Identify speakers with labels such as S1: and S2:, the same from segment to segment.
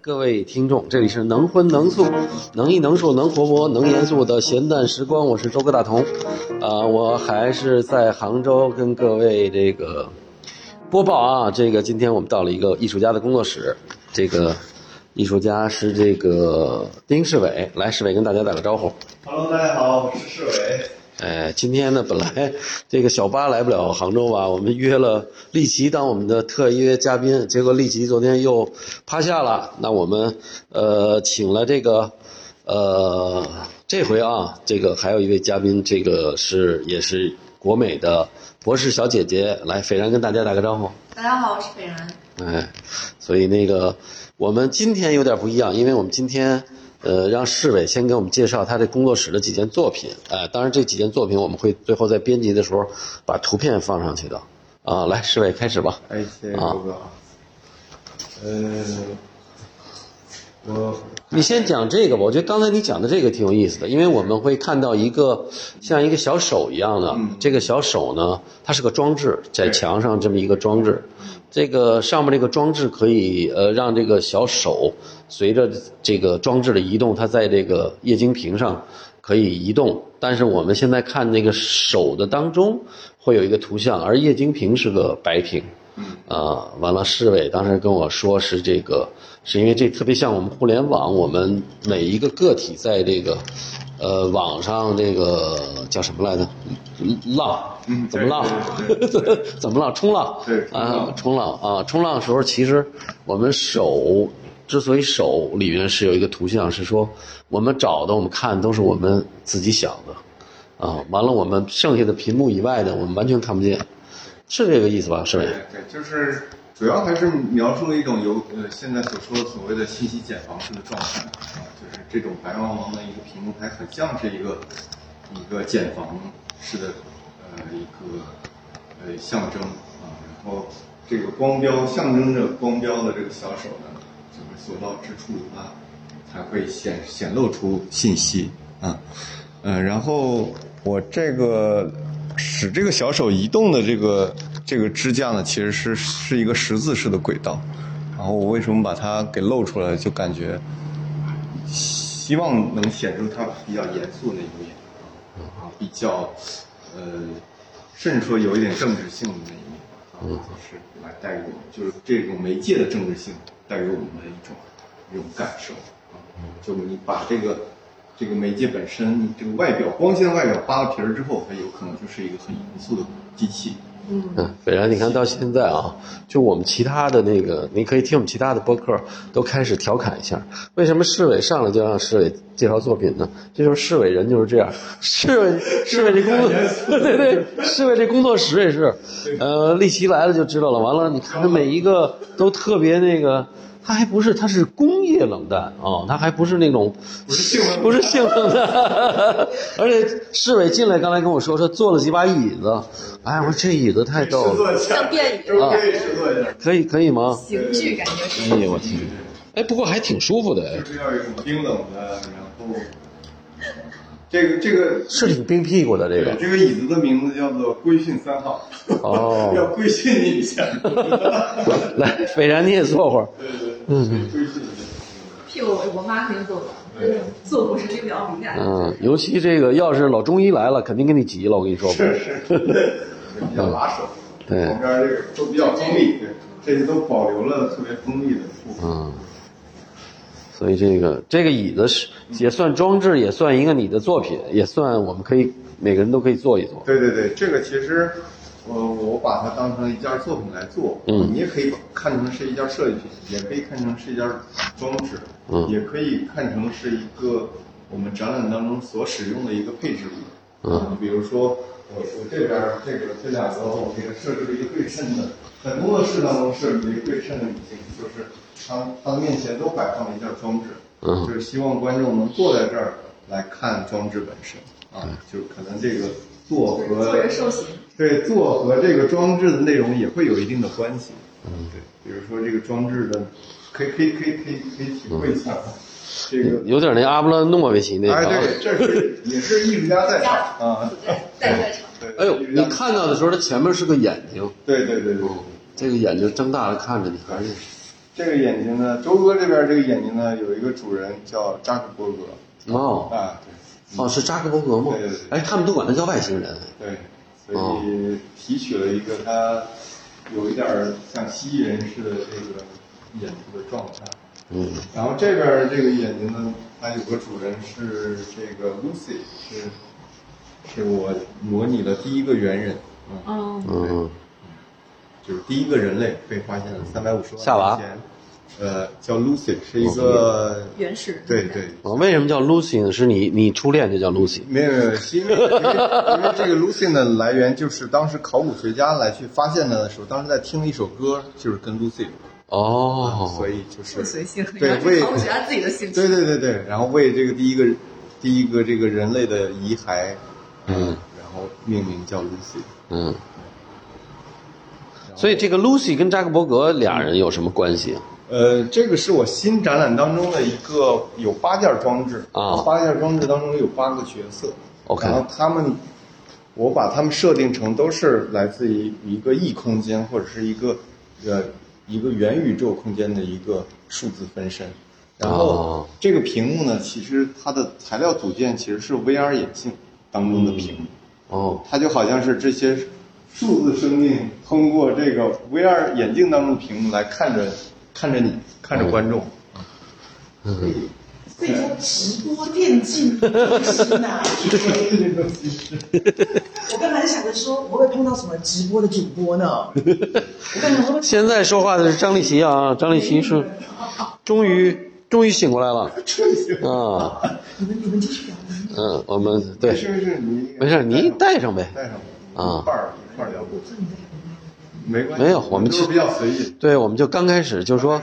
S1: 各位听众，这里是能荤能素、能艺能术、能活泼、能严肃的闲淡时光，我是周哥大同，啊，我还是在杭州跟各位这个播报啊，这个今天我们到了一个艺术家的工作室，这个艺术家是这个丁世伟，来，世伟跟大家打个招呼。
S2: Hello，大家好，我是世伟。
S1: 哎，今天呢，本来 这个小八来不了杭州吧，我们约了丽奇当我们的特约嘉宾，结果丽奇昨天又趴下了。那我们呃请了这个呃这回啊，这个还有一位嘉宾，这个是也是国美的博士小姐姐，来，斐然跟大家打个招呼。
S3: 大家好，我是斐然。
S1: 哎，所以那个我们今天有点不一样，因为我们今天呃让市委先给我们介绍他这工作室的几件作品，哎、当然这几件作品我们会最后在编辑的时候把图片放上去的。啊，来，市委开始吧。
S2: 哎，谢谢周哥啊。嗯，我
S1: 你先讲这个吧，我觉得刚才你讲的这个挺有意思的，因为我们会看到一个像一个小手一样的，这个小手呢，它是个装置，在墙上这么一个装置，这个上面这个装置可以呃让这个小手随着这个装置的移动，它在这个液晶屏上可以移动，但是我们现在看那个手的当中会有一个图像，而液晶屏是个白屏。
S2: 嗯
S1: 啊，完了，市委当时跟我说是这个，是因为这特别像我们互联网，我们每一个个体在这个，呃，网上这个叫什么来着？浪，
S2: 嗯
S1: 怎么浪？
S2: 对
S1: 怎么浪？冲浪，
S2: 对冲
S1: 啊
S2: 浪，
S1: 冲浪啊，冲浪的时候，其实我们手之所以手里面是有一个图像，是说我们找的、我们看都是我们自己想的，啊，完了我们剩下的屏幕以外的，我们完全看不见，是这个意思吧？市委
S2: 对？对，就是主要还是描述一种由呃现在所说的所谓的信息茧房式的状态啊，就是这种白茫茫的一个屏幕，还很像是一个呃一个茧房式的呃一个呃象征啊，然后这个光标象征着光标的这个小手呢，就是所到之处啊，才会显显露出信息啊。嗯，然后我这个使这个小手移动的这个这个支架呢，其实是是一个十字式的轨道。然后我为什么把它给露出来，就感觉希望能显出它比较严肃的一面，
S1: 嗯
S2: 啊，比较呃，甚至说有一点政治性的那一
S1: 嗯
S2: 面，啊，就是来带给我们，就是这种媒介的政治性带给我们的一种一种感受，啊，
S1: 嗯
S2: 就是你把这个这个媒介本身这个外表光鲜外表扒了皮儿之后，它有可能就是一个很严肃的机器，
S1: 嗯，斐然，你看到现在啊，就我们其他的那个，你可以听我们其他的播客，都开始调侃一下，为什么市委上来就让市委介绍作品呢？这就是市委人就是这样，市委市委这工作，对对，市委这工作室也是，呃，丽奇来了就知道了。完了，你看他每一个都特别那个。他还不是，他是工业冷淡哦，他还不是那种不是性冷，不 是性冷淡， 而且市委进来刚才跟我说，说做了几把椅子，哎，我说这椅子太逗了，
S2: 一
S3: 像电影
S2: 周可以试做一下，
S1: 可以可以吗？
S3: 刑具感觉是，
S1: 哎呦我天！哎，不过还挺舒服的，哎
S2: 就是要有一种冰冷的，然后这个这个
S1: 是挺冰屁股的这
S2: 对，
S1: 个。
S2: 这个椅子的名字叫做“规训三号”，
S1: 哦
S2: 要规训你一下。
S1: 来，斐然你也坐会儿。
S2: 对对，嗯，规训你。
S3: 屁股我妈肯定坐不了，真的坐骨神经比较敏感。
S1: 嗯，尤其这个要是老中医来了，肯定跟你急了，我跟你说。
S2: 是是，比较拉手，
S1: 对
S2: 旁边这个都比较锋利，对，这些都保留了特别锋利的部分。
S1: 嗯，所以这个这个椅子是也算装置，也算一个你的作品，也算我们可以每个人都可以坐一坐。
S2: 对对对，这个其实，我我把它当成一件作品来做，
S1: 嗯
S2: 你也可以把看成是一件设计品，也可以看成是一件装置，
S1: 嗯
S2: 也可以看成是一个我们展览当中所使用的一个配置物，啊
S1: 嗯，
S2: 比如说我我这边儿这个这两个我这个设置了一个对称的，在工作室当中设置了一个对称的椅子，就是它它面前都摆放了一件装置，
S1: 嗯
S2: 就是希望观众能坐在这儿来看装置本身啊，就可能这个坐和
S3: 坐着受刑，
S2: 对做和这个装置的内容也会有一定的关系。嗯，对，比如说这个装置的，可以可以可以可以可以
S1: 嗯
S2: 体会一下，啊这个
S1: 有点那阿布拉诺维奇那
S2: 哎，
S1: 个。
S2: 对，这是也是艺术家在场啊。
S3: 对，在在场。
S2: 对，
S1: 哎呦，
S2: 艺术
S1: 你
S2: 家
S1: 看哦到的时候，它前面是个眼睛，
S2: 对对对对，
S1: 这个眼睛睁大了看着你，还是
S2: 这个眼睛呢，周哥这边这个眼睛呢，有一个主人叫扎克伯格
S1: 哦
S2: 啊，
S1: 哦，是扎克伯格吗
S2: 对对对？
S1: 哎，他们都管他叫外星人。
S2: 对对，所
S1: 哦
S2: 以提取了一个他有一点儿像蜥蜴人似的这个眼部的状态。
S1: 嗯，
S2: 然后这边儿这个眼睛呢，它有个主人是这个 Lucy，是是我模拟的第一个猿人，嗯，
S3: 嗯，
S1: 嗯，
S2: 就是第一个人类被发现了三百五十万
S1: 夏娃
S2: 年前，呃，叫 Lucy，是一个，
S3: 原始
S2: 对对，
S1: 哦为什么叫 Lucy 呢？是你你初恋就叫 Lucy
S2: 没有，没有是因为因为因为这个 Lucy 的来源就是当时考古学家来去发现它的时候，当时在听一首歌，就是跟 Lucy 有关，
S1: 哦，
S2: 所以就是
S3: 不随性，
S2: 对
S3: 然后
S2: 为
S3: 是考古学家自己的兴趣。
S2: 对对对对，然后为这个第一个第一个这个人类的遗骸，
S1: 嗯，
S2: 然后命名叫 Lucy。
S1: 嗯。所以这个 Lucy 跟扎克伯格俩人有什么关系啊？
S2: 呃，这个是我新展览当中的一个有八件装置
S1: 啊
S2: 八件装置当中有八个角色
S1: OK
S2: 然后他们，我把他们设定成都是来自于一个异空间或者是一个呃一个元宇宙空间的一个数字分身。然
S1: 哦
S2: 后这个屏幕呢，其实它的材料组件其实是 VR 眼镜当中的屏幕。
S1: 哦，
S2: 它就好像是这些数字生命通过这个 VR 眼镜当中的屏幕来看着看着你，看着观众。
S4: 所以说直播电竞是哪一回？
S1: 嗯
S4: 我刚才想着说，我会不会碰到什么直播的主播 呢？我感觉我会不会
S1: 现在说话的是张丽琪啊，张丽琪是终于终于醒过来了啊，
S4: 你们你们继续聊。
S1: 嗯，我们
S2: 没
S1: 对，
S2: 事没事，你
S1: 没事，你带上呗。
S2: 带上
S1: 啊
S2: 一块儿一块儿聊过，没关系，
S1: 没有我们
S2: 都是
S1: 其
S2: 比较随意。
S1: 对，我们就刚开始就说，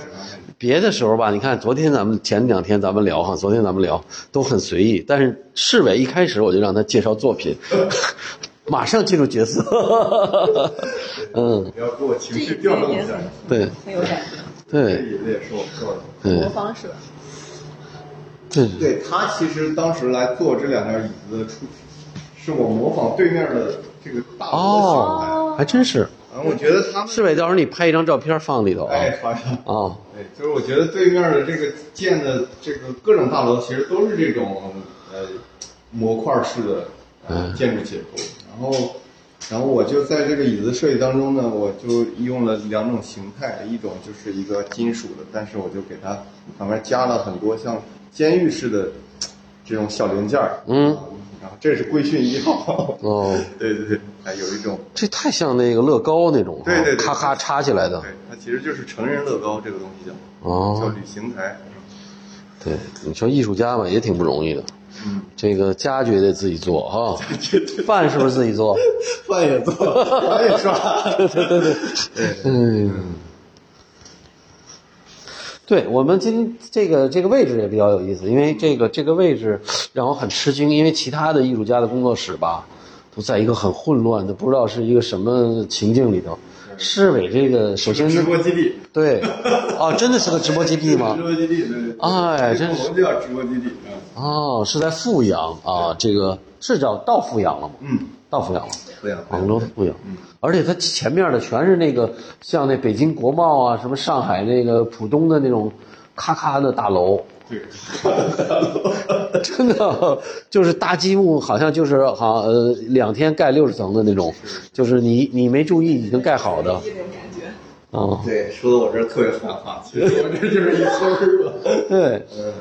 S1: 别的时候吧，你看昨天咱们前两天咱们聊哈，昨天咱们聊都很随意，但是市委一开始我就让他介绍作品， 马上进入角色， 嗯，
S2: 不要给我情绪调动一下，
S1: 对
S3: 很有感觉，
S2: 这
S1: 对
S2: 也这也是我做的。
S1: 对
S3: 活方式吧。
S1: 对，
S2: 对他其实当时来做这两条椅子的出，是我模仿对面的这个大楼的形态。
S1: 哦，还真是。
S2: 然后我觉得他们
S1: 市委，到时候你拍一张照片放里头啊
S2: 哎，好像
S1: 啊，
S2: 对，就是我觉得对面的这个建的这个各种大楼，其实都是这种呃模块式的呃
S1: 嗯
S2: 建筑结构。然后，然后我就在这个椅子设计当中呢，我就用了两种形态，一种就是一个金属的，但是我就给它旁边加了很多像监狱式的这种小零件儿。
S1: 嗯
S2: 啊，然后这是规训一号。
S1: 哦，
S2: 对对对，还有一种，
S1: 这太像那个乐高那种啊，
S2: 对对对
S1: 咔咔插起来的
S2: 对，它其实就是成人乐高这个东西叫叫
S1: 哦，
S2: 旅行台。
S1: 对，你说艺术家嘛也挺不容易的，
S2: 嗯。
S1: 这个家具也得自己做啊， 饭是不是自己做？
S2: 饭也做，碗也 刷。对对对
S1: 嗯，对我们今这个这个位置也比较有意思，因为这个这个位置让我很吃惊，因为其他的艺术家的工作室吧，都在一个很混乱的，不知道是一个什么情境里头。市委这个首先
S2: 直播基地，
S1: 对，哦，真的是个直播基地吗
S2: 直？播基地，对对。对
S1: 哎真是
S2: 我们就叫直播基地啊。
S1: 哦，是在阜阳啊，这个是叫到阜阳了吗？
S2: 嗯，
S1: 到阜阳了。
S2: 对呀。
S1: 广州富有，而且它前面的全是那个像那北京国贸啊，什么上海那个浦东的那种咔咔的大楼，
S2: 对。
S1: 真的就是大积木，好像就是好像呃两天盖六十层的那种，就是你你没注意已经盖好的
S3: 一种感觉，
S1: 啊，
S2: 对，说的我这儿特别繁华，其实我这就是一村 儿吧。
S1: 对。
S2: 嗯，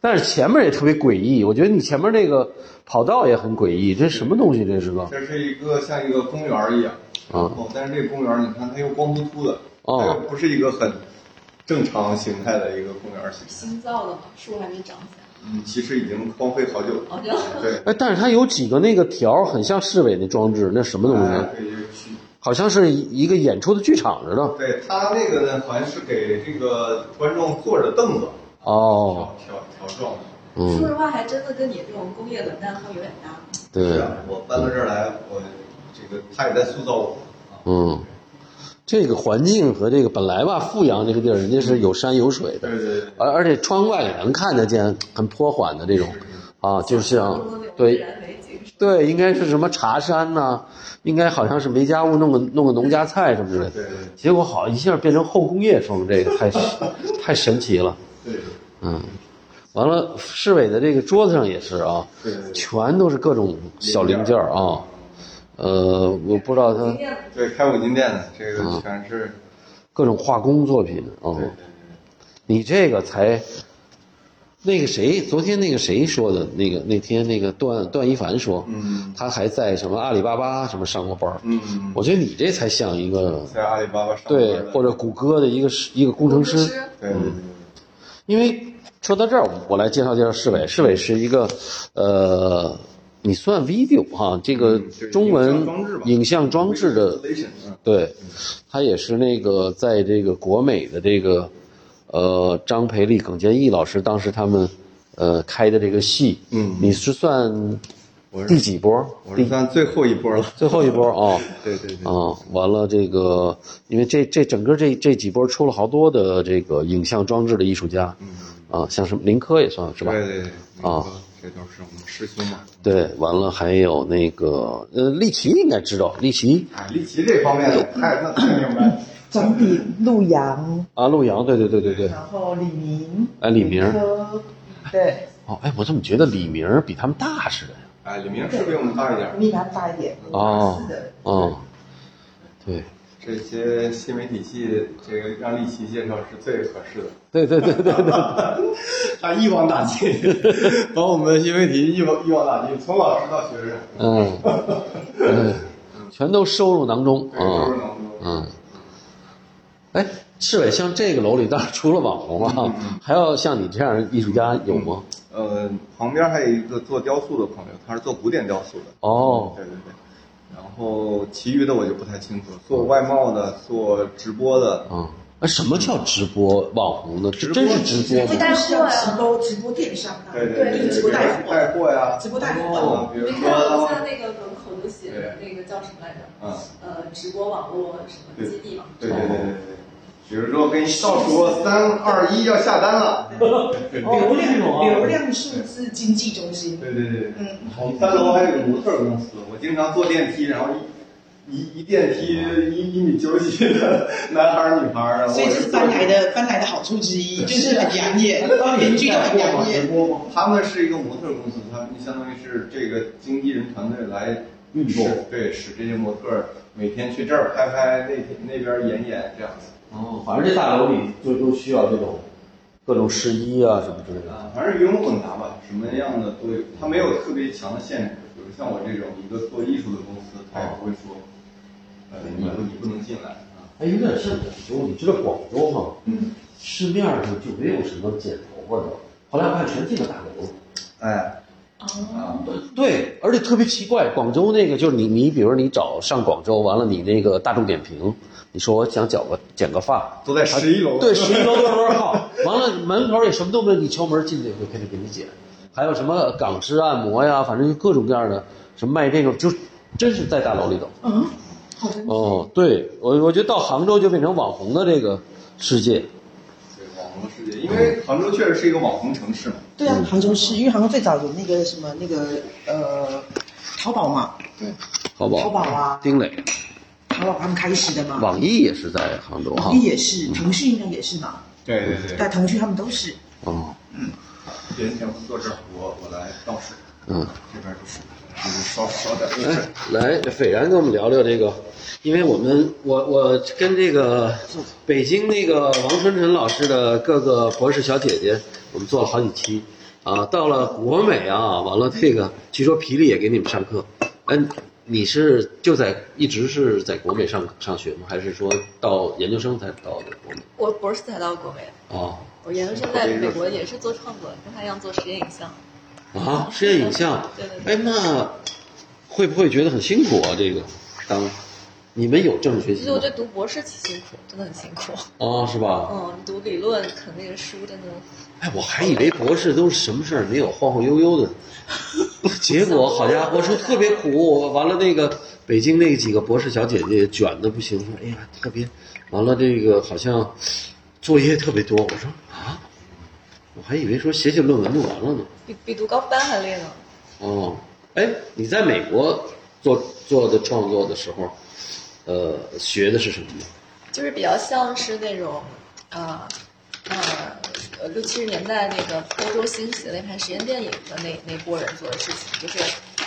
S1: 但是前面也特别诡异，我觉得你前面那个跑道也很诡异，这什么东西？这是个
S2: 这是一个像一个公园儿一样。
S1: 啊，
S2: 哦，但是这个公园儿你看它又光秃秃的，
S1: 哦
S2: 它又不是一个很正常形态的一个公园儿形态。
S3: 新造的嘛，树还没长起来。
S2: 嗯，其实已经荒废好久了。
S3: 哦这样
S2: 对。
S1: 哎，但是它有几个那个条儿很像市委那装置，那什么东西
S2: 哎？对就是去
S1: 好像是一个演出的剧场似的。
S2: 对他那个呢，好像是给这个观众坐着凳子
S1: 哦，
S2: 调调调状的。
S3: 说
S1: 嗯，
S2: 啊
S3: 实话，还真的跟你这种工业冷淡会有点搭。
S1: 对
S2: 是，啊，我搬到这儿来，我这个他也在塑造我啊。
S1: 嗯，这个环境和这个本来吧，阜阳这个地儿，人家是有山有水的，
S2: 对对对，
S1: 而而且窗外也能看得见，很颇缓的这种，啊，就像
S3: 更多那种
S1: 对
S3: 自然美景是
S1: 对，应该是什么茶山呐、应该好像是没家务弄个弄个农家菜什么之类
S2: 对
S1: 的。结果好一下变成后工业风，这个太太神奇了。
S2: 对
S1: 嗯，完了，市委的这个桌子上也是啊，
S2: 对对对
S1: 全都是各种小零件儿啊。呃，我不知道它
S3: 今天
S2: 对，开五金店的这
S1: 嗯
S2: 个全是，
S1: 各种化工作品啊。
S2: 对对
S1: 你这个才，那个谁，昨天那个谁说的，那个那天那个段段一凡说，
S2: 嗯
S1: 他还在什么阿里巴巴什么上过班儿。
S2: 对，嗯，
S1: 我觉得你这才像一个
S2: 在阿里巴巴上班
S1: 对
S2: 的
S1: 或者嗯谷歌的一个一个工程
S3: 不
S1: 师，
S3: 吃
S2: 对对对
S1: 因为说到这儿，我来介绍介绍市委，市委是一个呃。你算 video 哈，这个
S2: 嗯就是
S1: 呃中
S2: 影
S1: 文
S2: 像装置吧
S1: 影像装置的
S2: Installation，嗯
S1: 对，他也是那个在这个国美的这个，呃，张培丽、耿建义老师当时他们，呃，开的这个戏，
S2: 嗯
S1: 你是算
S2: 我
S1: 第
S2: 是
S1: 几波？
S2: 我是
S1: 第
S2: 算最后一波了，
S1: 最后一波啊。
S2: 对对对，
S1: 啊，完了，这个，因为这这整个这这几波出了好多的这个影像装置的艺术家，啊，像什么林科也算是吧？
S2: 嗯对对对，
S1: 啊
S2: 明哥，这都是我们师兄嘛。
S1: 对，完了还有那个呃，利奇应该知道，利奇
S2: 哎，力奇这方面太那太明白了，
S4: 张鼎、陆阳，
S1: 啊，陆阳，对对对对对，
S5: 嗯
S4: 然后李明，
S1: 哎李明
S4: 科对，
S1: 哦，哎，我怎么觉得李明儿比他们大似的呀？
S2: 哎，李明是比我们大一点儿。
S4: 你比他大一点，
S1: 哦
S4: 是的，
S1: 哦，对，
S2: 这些新媒体系，这个让力奇介绍是最合适的。
S1: 对对对对 对，
S2: 他一网打尽，把我们的新媒体一网一网打尽，从老师到学生，
S1: 嗯，嗯全都收入囊中
S2: 对，都是
S1: 啊，
S2: 能不能？
S1: 嗯。哎，市委像这个楼里，当然除了网红啊，还要像你这样的艺术家有吗？
S2: 呃，旁边还有一个做雕塑的朋友，他是做古典雕塑的。
S1: 哦，
S2: 对对对。然后其余的我就不太清楚了，做外贸的，做直播的，
S1: 嗯，那什么叫直播网红呢？这
S2: 直播
S1: 真是直播
S4: 这
S1: 吗？
S4: 都是要直播直播电商啊，
S2: 对
S4: 就
S2: 对
S4: 是
S2: 对，
S4: 直播带
S2: 对
S4: 货，
S2: 带货呀，
S4: 直播带货
S2: 哦比如
S3: 没看
S2: 说
S3: 到像那个门口都写的那个叫什么来着？
S2: 嗯
S3: 呃，直播网络什么基地嘛。
S2: 对对对对对，比如说给你倒数三二一要下单了，
S4: 哦流量流量数字经济中心，
S2: 对对对，
S4: 嗯，
S2: 我们三楼还有个模特儿公司，我经常坐电梯，然后一一一电梯一一米九几的男孩儿女孩儿，然后啊
S4: 所以这是搬来的搬来的好处之一，就是很养眼，邻居都很养眼。
S2: 他们是一个模特儿公司，他们就相当于是这个经纪人团队来运作，对，使这些模特儿每天去这儿拍拍，那天那边儿演演这样子。
S1: 哦，反正这大楼里就都需要这种各种试衣啊什么之类的。
S2: 啊，反正鱼龙混杂吧，什么样的都有，它没有特别强的限制。比如像我这种一个做艺术的公司，它也不会说，呃，你不你不能进来啊。
S1: 哎，有点像广州，你知道广州哈、
S2: 嗯，
S1: 市面上就没有什么剪头发的，后来发现全进了大楼。
S2: 哎，
S3: 哦，
S2: 啊，
S1: 对，而且特别奇怪，广州那个就是你你，比如你找上广州，完了你那个大众点评，你说我想剪个剪个发，
S2: 都在十一楼。
S1: 对，十一楼多少多少号，完了门口也什么都没有，你敲门进去就开始给你剪，还有什么港式按摩呀，反正就各种各样的，什么卖这种，就真是在大楼里头。
S4: 嗯，好神奇
S1: 哦，对我我觉得到杭州就变成网红的这个世界。
S2: 对，网红世界，因为杭州确实是一个网红城市嘛。
S4: 对啊，杭州市，因为杭州最早有那个什么那个呃，淘宝嘛，
S1: 淘宝，
S4: 淘宝啊
S1: 丁磊，
S4: 淘宝他们开始的嘛，
S1: 网易也是在杭州哈
S4: 网。易也是，腾讯应该也是嘛，
S2: 对嗯对
S4: 但，腾讯他们都是，
S1: 哦，
S2: 别人先不坐这儿，我我来倒水，
S1: 嗯，
S2: 这边就是就是烧烧点热水
S1: 来。来，斐然跟我们聊聊这个，因为我们我我跟这个北京那个王春晨老师的各个博士小姐姐，我们做了好几期啊，到了国美啊，完了这个据说皮力也给你们上课，哎，你是就在一直是在国美上上学吗？还是说到研究生才到的国美？
S3: 我博士才到国美的，
S1: 哦，
S3: 我研究生在美国也是做创作，跟他一样做实验影像。
S1: 啊，实验影像
S3: 对对，对
S1: 哎，那会不会觉得很辛苦啊？这个当你们有政治学
S3: 其
S1: 习
S3: 实我
S1: 吗
S3: 觉？得读博士挺辛苦，真的很辛苦。
S1: 哦，是吧？
S3: 嗯，读理论啃那个书真的，
S1: 哎，我还以为博士都是什么事儿没有，晃晃 悠悠的。结果好家伙，说特别苦，完了那个北京那几个博士小姐姐卷的不行，说哎呀特别，完了这个好像作业特别多。我说啊，我还以为说写写论文就完了呢。
S3: 啊比比读高班还累呢。
S1: 哦，哎，你在美国做做的创作的时候，呃，学的是什么呢？
S6: 就是比较像是那种，啊、呃，呃，六七十年代那个欧洲兴起的那盘实验电影的那那波人做的事情，就是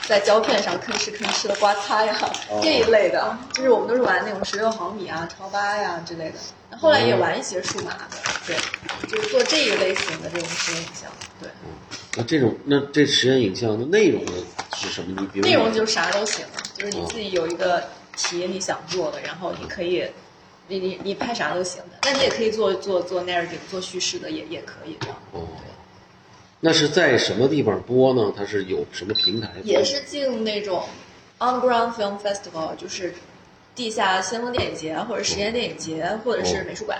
S6: 在胶片上吭哧吭哧的刮擦呀、这一类的，就是我们都是玩那种十六毫米啊、超八呀之类的。那后来也玩一些数码的，对，就是做这一类型的这种实验影像，对。
S1: 那这种那这实验影像的内容是什么？你比如
S6: 内容就是啥都行，就是
S2: 哦
S6: 你自己有一个题你想做的，然后你可以，你你你拍啥都行的，但你也可以做做做 narrative 做叙事的也也可以这样。
S1: 哦，那是在什么地方播呢？它是有什么平台播？
S6: 也是进那种 underground film festival，就是地下先锋电影节啊或者实验电影节，或者
S2: 哦
S6: 是美术馆，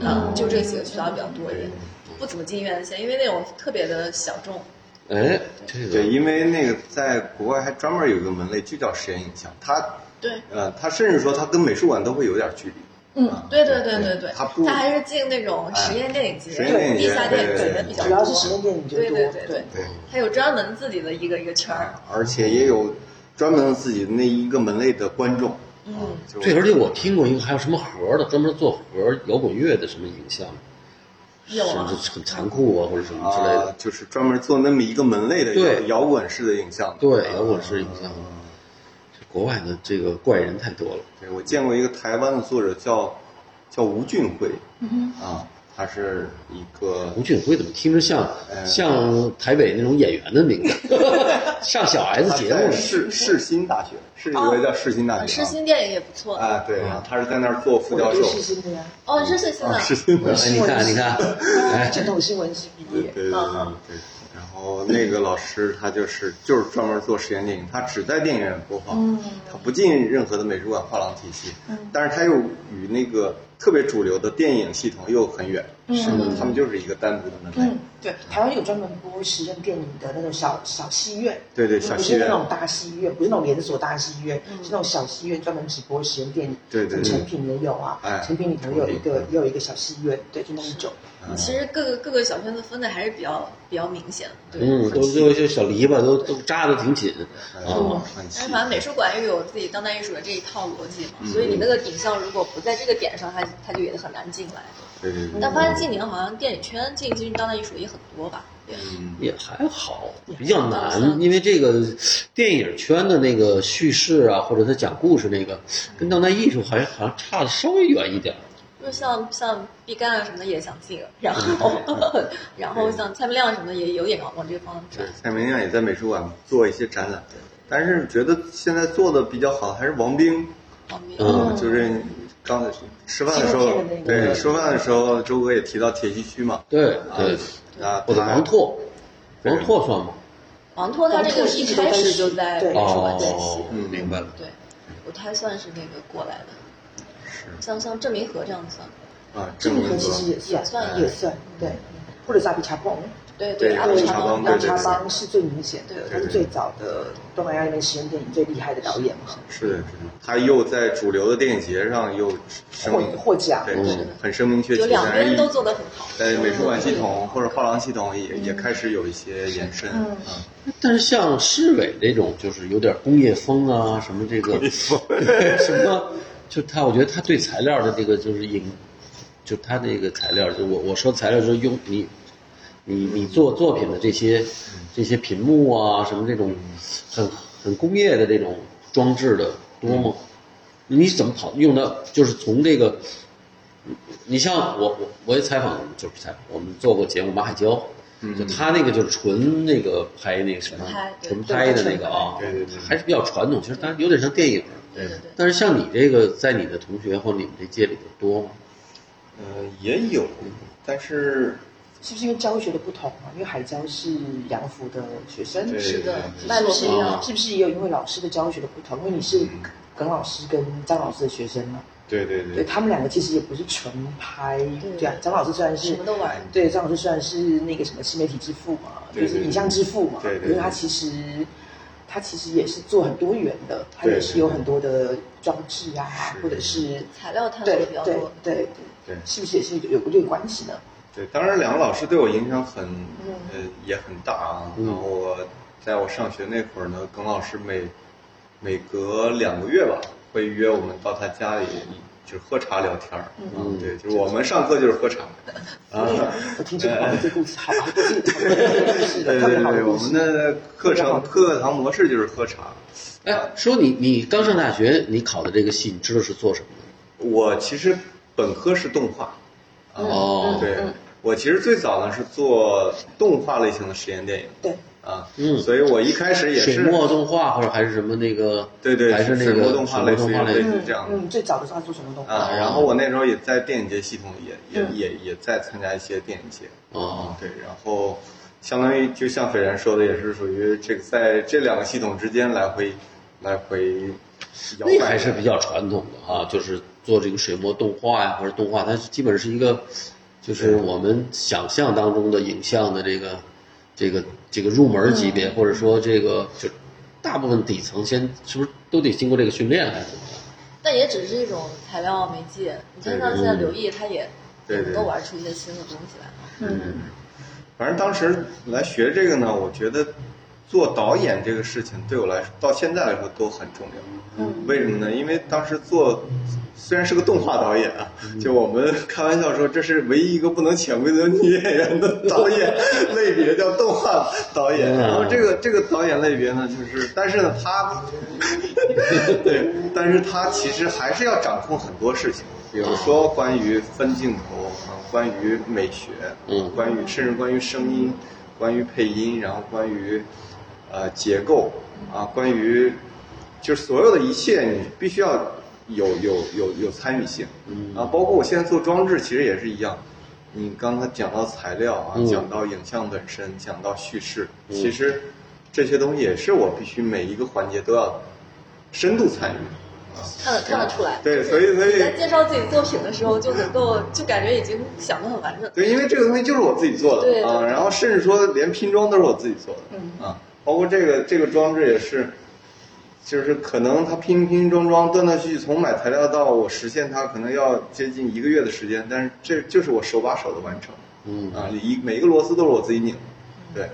S6: 嗯，就这几个渠道比较多一点，
S2: 嗯
S6: 不怎么进院线，因为那种特别的小众。
S1: 哎，这个
S2: 对，因为那个在国外还专门有一个门类，就叫实验影像。它
S6: 对，
S2: 呃，它甚至说它跟美术馆都会有点距离。
S6: 嗯，对对对
S2: 啊对
S6: 对对，
S2: 它不
S6: 它还是进那种实验电影节、
S2: 实验电影节
S6: 地下电影节比较
S5: 主
S6: 多
S5: 要是实验电影
S6: 对
S5: 最多。
S6: 对对对，
S2: 对，
S6: 它有专门自己的一个一个圈儿。
S2: 而且也有专门自己的那一个门类的观众。
S6: 嗯，
S2: 就
S1: 对，而且我听过一个还有什么盒的，专门做盒摇滚乐的什么影像，
S6: 有
S1: 甚
S6: 啊
S1: 至，很残酷啊，或者什么之类
S2: 啊
S1: 的。，
S2: 就是专门做那么一个门类的
S1: 对
S2: 摇滚式的影像。
S1: 对，
S2: 啊
S1: 摇滚式影像，国外的这个怪人太多了。
S2: 对，我见过一个台湾的作者叫叫吴俊辉，
S6: 嗯
S2: 啊，他是一个
S1: 吴俊辉怎么听着像
S2: 哎
S1: 像台北那种演员的名字？上小 S
S2: 他
S1: 节目
S2: 在
S1: 了
S2: 世世新大学，是一个叫世新大学
S6: 哦世
S2: 啊，
S6: 新电影也不错。
S2: 啊，对，
S1: 嗯
S2: 然后他是在那儿做副
S5: 我
S2: 教
S5: 读
S2: 授，
S5: 世新的呀，
S6: 哦，是世新
S2: 啊，
S6: 的。
S2: 世新的，
S1: 哎，你看，你看，哎，
S5: 传统新闻系毕
S2: 对
S5: 业。
S2: 对对
S6: 嗯
S2: 对。然后那个老师他就是就是专门做实验电影，他只在电影院播放，
S6: 嗯
S2: 他不进任何的美术馆画廊体系，但是他又与那个特别主流的电影系统又很远，
S6: 嗯
S2: 是的，他们就是一个单独的门类
S5: 嗯。，对，台湾有专门播实验电影的那种小小戏院，
S2: 对对
S5: 不
S2: 小
S5: 不
S2: 戏
S5: 是
S2: 院嗯
S5: 那种大戏院，不是那种连锁大戏院，是那种小戏院专门只播实验电影。
S2: 对对对
S5: 成品也有啊
S2: 哎，
S5: 成品里头也有一个也有一个小戏院，对，就那么久。
S2: 嗯
S6: 其实各个各个小圈子分的还是比较比较明显的，对。
S1: 嗯，都都有些小篱笆，都都扎的挺紧啊。
S2: 很
S6: 但
S2: 细
S6: 是反正嗯美术馆又有自己当代艺术的这一套逻辑嘛，所以你那个影像如果不在这个点上，它它就也很难进来。
S2: 对对对，
S6: 但发现近年好像电影圈进进当代艺术也很多吧？对
S2: 嗯，
S1: 也还好，比较难，
S6: 嗯
S1: 因为这个电影圈的那个叙事啊，或者他讲故事那个，跟当代艺术好像好像差的稍微远一点儿。
S6: 就是像像毕赣啊什么的也想进，然后 然后像蔡明亮什么的也有点往往这个方向
S2: 对
S6: 转。，
S2: 蔡明亮也在美术馆做一些展览，但是觉得现在做的比较好还是王冰，
S6: 方面
S1: 嗯
S2: 就是刚才吃饭的时
S5: 纪
S2: 候
S5: 录片的那，个
S2: 对，吃饭的时候周哥也提到铁西区嘛，
S1: 对对，
S2: 啊，
S1: 或者
S2: 他
S1: 王拓，
S2: 对
S1: 王拓算吗？
S6: 王拓他这个一开始就在
S5: 对
S6: 美术馆练习
S1: 哦，，
S2: 嗯
S1: 明白了。
S6: 哎对，我他算是那个过来的。像像郑明和这样子，
S2: 啊，
S5: 这
S2: 郑
S5: 个
S2: 明
S5: 其实
S2: 和
S5: 也算
S6: 也算
S5: 也算对，或者是阿比查邦，
S6: 对
S2: 对
S6: 阿
S2: 阿
S6: 布
S2: 布
S6: 查
S2: 查邦
S6: 邦，
S2: 对
S5: 阿
S2: 对
S5: 比
S2: 对
S5: 查邦是最明显的
S6: 对，
S5: 他是最早的东南亚那边实验电影最厉害的导演嘛，
S2: 是的，是的，他又在主流的电影节上又声
S5: 获
S2: 名，
S5: 获奖。
S2: 对
S1: 嗯，
S2: 很声名鹊
S6: 就
S2: 起，
S6: 两
S2: 但
S6: 边
S2: 是
S6: 都做得很好。
S2: 在美术馆系统或者画廊系统也也开始有一些延伸，嗯，
S1: 但是像市委这种，就是有点工业风啊，什么这个 什么，就他，我觉得他对材料的这个就是影，就他这个材料，就我我说材料就是用你，你你做作品的这些这些屏幕啊，什么这种很很工业的这种装置的多吗？你怎么跑用到就是从这个你像我，我我也采访，就是采访，我们做过节目《马海娇》，
S2: 嗯
S1: 就他那个就是纯那个拍那个什么
S6: 纯拍，
S1: 纯拍
S6: 对
S1: 的那个啊，
S2: 对对对
S1: 还是比较传统，其实它有点像电影。
S6: 对对对，
S1: 但是像你这个，在你的同学或你们这届里头多吗？
S2: 呃，也有，但是
S5: 是不是因为教学的不同啊？因为海椒是洋服的学生，
S2: 对
S6: 是的
S2: 对，哦
S6: 脉
S5: 是
S6: 络不
S5: 不是
S6: 一
S5: 也
S6: 样。
S5: 是不是也有因为老师的教学的不同？因为你是耿老师跟张老师的学生嘛，
S2: 对对
S5: 对他们两个其实也不是纯拍，对啊，张老师虽然是
S6: 什么都玩
S5: 对，张老师虽然是那个什么新媒体之父嘛，
S2: 对
S5: 就
S2: 对
S5: 是影像之父嘛，
S2: 对对对
S5: 可是他其实他其实也是做很多元的，他
S2: 对
S5: 也是有很多的装置啊，或者是
S6: 材料探索
S5: 对
S6: 的比较
S5: 对
S6: 多。
S5: 对对
S2: 对
S5: 是不是也是有有过这个关系呢？嗯
S2: 对，当然两个老师对我影响很，呃，也很大啊。然后我在我上学那会儿呢，耿老师每每隔两个月吧，会约我们到他家里，就是喝茶聊天儿。嗯，对，就是我们上课就是喝茶。啊，
S5: 我听这个好这故事好好多这个
S2: 对对
S5: 特别
S2: 对
S5: 好的
S2: 对，
S5: 故
S2: 我
S5: 事
S2: 们。的课程课堂模式就是喝茶。
S1: 哎，说你你刚上大学，你考的这个系，你知道是做什么的？
S2: 我其实本科是动画，
S5: 嗯
S1: 哦，
S2: 对我其实最早呢是做动画类型的实验电影
S5: 对，
S2: 啊，
S1: 嗯
S2: 所以我一开始也
S1: 水
S2: 是
S1: 墨动画或者还是什么那个？
S2: 对对
S1: 还是那个
S2: 水墨动画类似于
S1: 水墨动画类
S2: 类似于
S5: 嗯
S2: 这样的。
S5: 嗯，最早的时候他做什么动画？
S1: 哦
S2: 啊，然后我那时候也在电影节系统也也、也也在参加一些电影节，
S1: 嗯哦，
S2: 对，然后相当于就像斐然说的，也是属于这个在这两个系统之间来回来回摇摆
S1: 那还是比较传统的啊，就是做这个水墨动画呀、或者动画，它基本是一个，就是我们想象当中的影像的这个这个这个入门级
S2: 嗯
S1: 别，或者说这个就大部分底层先是不是都得经过这个训练还是怎么样？
S6: 但也只是一种材料媒介。你看像现在刘毅，他也
S2: 对对
S6: 能够玩出一些新的东西来。
S2: 反正当时来学这个呢，我觉得做导演这个事情对我来说，到现在来说都很重要。嗯，为什么呢？因为当时做虽然是个动画导演啊，就我们开玩笑说这是唯一一个不能潜规则女演员的导演类别，叫动画导演。
S1: 嗯
S2: 然后这个这个导演类别呢，就是但是呢，他 对，但是他其实还是要掌控很多事情，比如说关于分镜头，啊关于美学，
S1: 嗯
S2: 关于甚至关于声音，关于配音，然后关于呃结构啊，关于就是所有的一切，你必须要有有有有参与性啊，包括我现在做装置，其实也是一样。你刚才讲到材料啊，
S1: 嗯
S2: 讲到影像本身，讲到叙事，其实这些东西也是我必须每一个环节都要深度参与。
S6: 看得看得出来。
S2: 对，所以所
S6: 你
S2: 以
S6: 在介绍自己作品的时候，就能够就感觉已经想得很完整。
S2: 对，因为这个东西就是我自己做
S6: 对
S2: 的啊，然后甚至说连拼装都是我自己做的，
S5: 嗯
S1: 嗯
S2: 啊，包括这个这个装置也是，就是可能它拼拼装装断断续续，从买材料到我实现它，可能要接近一个月的时间，但是这就是我手把手的完成，
S1: 嗯
S2: 啊，一每一个螺丝都是我自己拧的，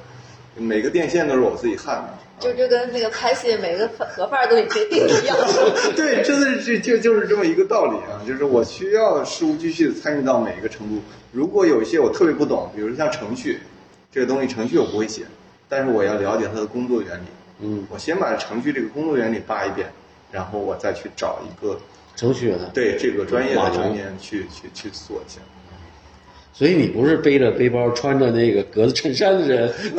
S2: 对，每个电线都是我自己焊的，
S6: 就就跟那个拍戏，每个盒饭都已经定一 样。
S2: 对，真的是这就就是这么一个道理啊，就是我需要事无巨细的参与到每一个程度。如果有一些我特别不懂，比如像程序这个东西，程序我不会写，但是我要了解它的工作原理。
S1: 嗯，
S2: 我先把程序这个工作原理扒一遍，然后我再去找一个
S1: 程序员。
S2: 对这个专业的
S1: 码农
S2: 成年人去去去做一下。
S1: 所以你不是背着背包、穿着那个格子衬衫的人，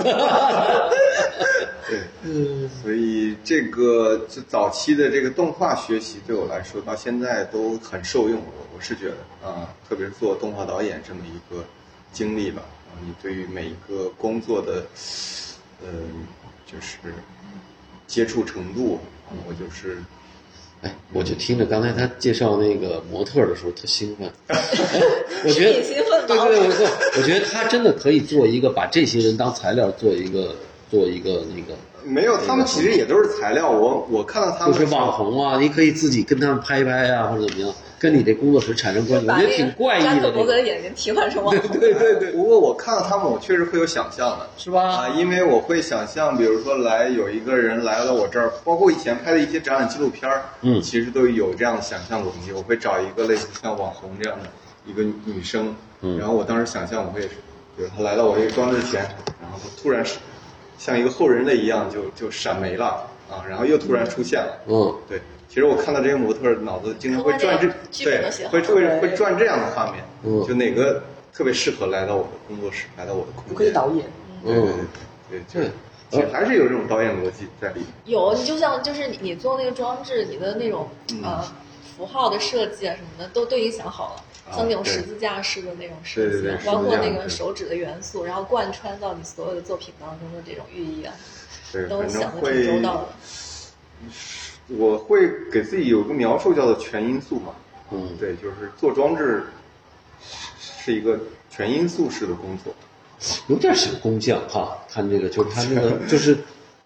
S2: 对，嗯，所以这个就早期的这个动画学习对我来说，到现在都很受用。我我是觉得啊、特别是做动画导演这么一个经历吧，啊，你对于每一个工作的，呃，就是接触程度，啊我就是
S1: 哎，我就听着刚才他介绍那个模特儿的时候特兴 奋，我觉
S6: 是
S1: 得
S6: 你兴奋吗
S1: 对对，对我我觉得他真的可以做一个把这些人当材料做一个做一个那个，
S2: 呃没有他们其实也都是材料。我我看到他
S1: 就
S2: 们
S1: 是网红啊，你可以自己跟他们拍一拍啊，或者怎么样，跟你这工作室产生关系，我
S6: 把
S1: 觉得
S6: 那
S1: 挺
S6: 个
S1: 怪
S6: 扎
S1: 异
S6: 克
S1: 的，
S6: 伯
S1: 这
S6: 格的
S1: 个
S6: 眼睛替换成网红。
S2: 对对对，不过我看到他们，我确实会有想象的，
S1: 是吧
S2: 啊，因为我会想象，比如说来有一个人来了我这儿，包括以前拍的一些展览纪录片儿，
S1: 嗯
S2: 其实都有这样的想象的东西。我会找一个类似像网红这样的一个女生，
S1: 嗯
S2: 然后我当时想象我会，比如她来到我这个装置前，然后她突然是像一个后人类一样就就闪没了啊，然后又突然出现了，
S1: 嗯，
S2: 对，其实我看到这些模特儿脑子经常会转这，
S6: 剧本
S2: 对
S6: 都写，好
S2: 会会会转这样的画面，
S1: 嗯
S2: 就哪个特别适合来到我的工作室，来到我的空
S5: 我
S2: 间。
S5: 可以导演，
S2: 对，对对
S1: 嗯
S2: 对，对就是其实还是有这种导演逻辑在里面。
S6: 有，你就像就是你你做那个装置，你的那种
S2: 嗯
S6: 呃符号的设计啊什么的，都都已经想好了。
S2: 啊
S6: 像那种
S2: 对
S6: 十字架式的那种设计，啊
S2: 对对对
S6: 包括
S2: 十字架
S6: 那个
S2: 对
S6: 手指的元素，然后贯穿到你所有的作品当中的这种寓意啊，
S2: 对，
S6: 都
S2: 反正
S6: 想的挺周
S2: 会，
S6: 到的。
S2: 我会给自己有个描述叫做全因素嘛。
S1: 嗯
S2: 对，就是做装置是一个全因素式的工作。
S1: 有点像工匠哈，看这个就是他那个就是，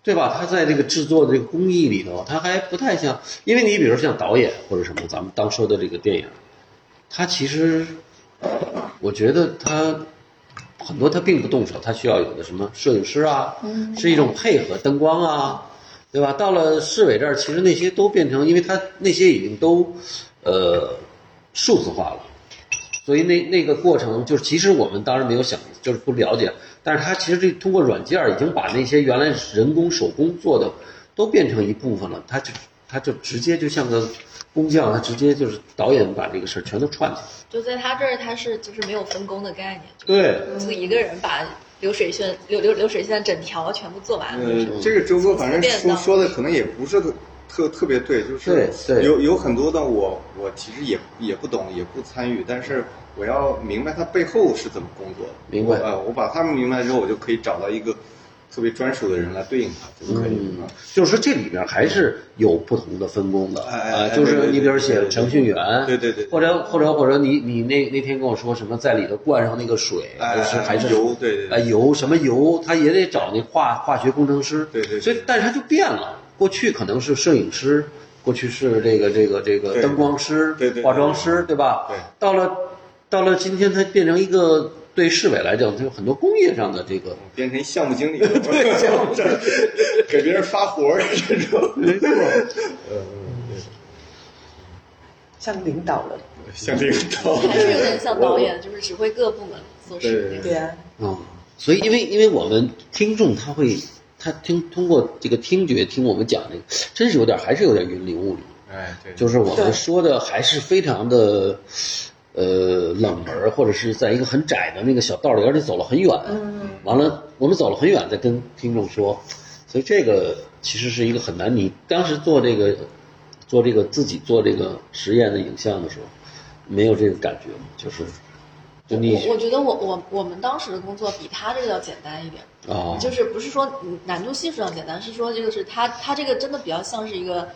S1: 对吧？他在这个制作的这个工艺里头，他还不太像，因为你比如像导演或者什么，咱们当说的这个电影，他其实，我觉得他很多它并不动手，它需要有的什么摄影师啊，是一种配合灯光啊，对吧？到了市委这儿，其实那些都变成，因为它那些已经都，呃，数字化了。所以那那个过程就是，其实我们当然没有想，就是不了解，但是它其实这通过软件儿已经把那些原来人工手工做的都变成一部分了，它就它就直接就像个工匠，它直接就是导演把这个事儿全都串起来。
S6: 就在他这儿，他是就是没有分工的概念，
S1: 对，
S6: 就一个人把流水线流流流水线整条全部做完了。
S1: 嗯
S2: 呃，这个周哥反正
S6: 变
S2: 说
S6: 道
S2: 说的可能也不是特特特别对，就
S1: 对
S2: 是
S1: 对
S2: 有有很多的我我其实也也不懂，也不参与，但是我要明白它背后是怎么工作的。
S1: 明白
S2: 啊、我把他们明白之后，我就可以找到一个特别专属的人来对应它就可以
S1: 嗯
S2: 了。，
S1: 就是说这里边还是有不同的分工的，
S2: 哎哎
S1: 啊
S2: 哎
S1: 就
S2: 对
S1: 是
S2: 对
S1: 你比如
S2: 对对
S1: 写
S2: 对
S1: 程序员，
S2: 对对对对
S1: 或者或者或者你你那那天跟我说什么在里头灌上那个水，
S2: 哎
S1: 就是
S2: 哎
S1: 还是
S2: 油对对对
S1: 哎油什么油，他也得找那化化学工程师，
S2: 对对对
S1: 所以但是他就变了，过去可能是摄影师，过去是这个这个这个
S2: 对
S1: 灯光师，
S2: 对对对
S1: 化妆师，对吧？
S2: 对
S1: 到了到了今天，它变成一个对市委来讲，它有很多工业上的这个。
S2: 变成项目经 理了， 给别人发活儿这种，
S5: 像领导了，
S2: 像这个道理
S6: 还是有点像导演，就是指挥各部门做事
S2: 对
S6: 那种。
S4: 对啊，
S1: 嗯，所以因为因为我们听众他会他听通过这个听觉听我们讲这个，真是有点还是有点云里雾里，
S2: 哎，对，
S1: 就是我们
S4: 对
S1: 说的还是非常的。呃，冷门儿或者是在一个很窄的那个小道里，而且走了很远，
S6: 嗯
S1: 完了我们走了很远再跟听众说，所以这个其实是一个很难。你当时做这个，做这个自己做这个实验的影像的时候，没有这个感觉吗？就是，就你
S6: 我我觉得我我我们当时的工作比他这个要简单一点，
S1: 啊，
S6: 就是不是说嗯难度系数上简单，是说就是他他这个真的比较像是一个。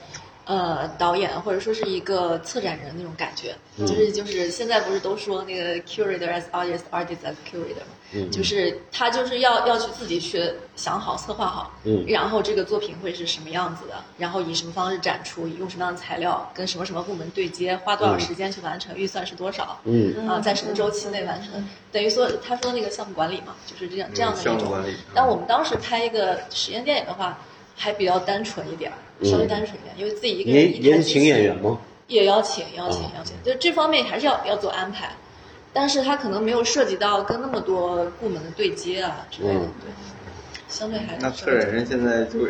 S6: 呃，导演或者说是一个策展人那种感觉，
S1: 嗯
S6: 就是就是现在不是都说那个 curator as artist, artist as curator 吗？
S1: 嗯
S6: 就是他就是要要去自己去想好、策划好，
S1: 嗯
S6: 然后这个作品会是什么样子的，然后以什么方式展出，用什么样的材料，跟什么什么部门对接，花多少
S1: 嗯
S6: 时间去完成，预算是多少，
S1: 嗯
S6: 啊，在什么周期内完成？等于说，他说那个项目管理嘛，就是这样这样的
S2: 项
S6: 一
S2: 目
S6: 种
S2: 管理。
S6: 但我们当时拍一个实验电影的话，还比较单纯一点儿，稍微单纯一点，因为自己一个人
S1: 您
S6: 一台
S1: 您
S6: 机器
S1: 请演员吗？
S6: 也邀请，邀请
S1: 啊，
S6: 邀请，就这方面还是要要做安排，但是他可能没有涉及到跟那么多部门的对接啊之类的，
S1: 嗯
S6: 对，相对还是
S2: 那
S6: 稍
S2: 策
S6: 微
S2: 展人现在就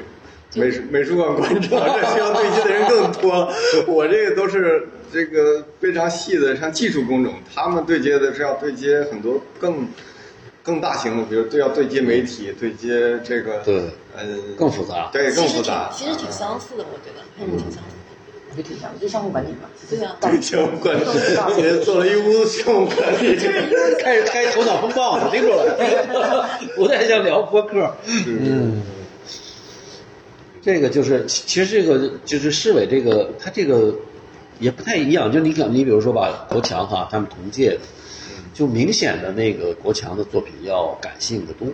S2: 美术美术馆馆长，这需要对接的人更多。我这个都是这个非常细的，像技术工种，他们对接的是要对接很多更更大型的，比如对要对接媒体，对接这个
S1: 对
S2: 呃
S1: 更复杂。
S2: 对
S6: 其
S2: 更
S6: 实
S2: 复
S6: 挺
S2: 杂，嗯
S6: 其实挺相似的，我觉得还是挺相似的，
S5: 也挺像，就项目管理嘛。
S6: 对啊。
S5: 导
S2: 项目管理，也做了一屋子项目管理，
S1: 开始开头脑风暴了，听出来？ 不太像聊播客。嗯，这个就是，其实这个就是市委这个，他这个也不太一样。就你看，你比如说吧，国强哈，他们同届的，就明显的那个国强的作品要感性的多。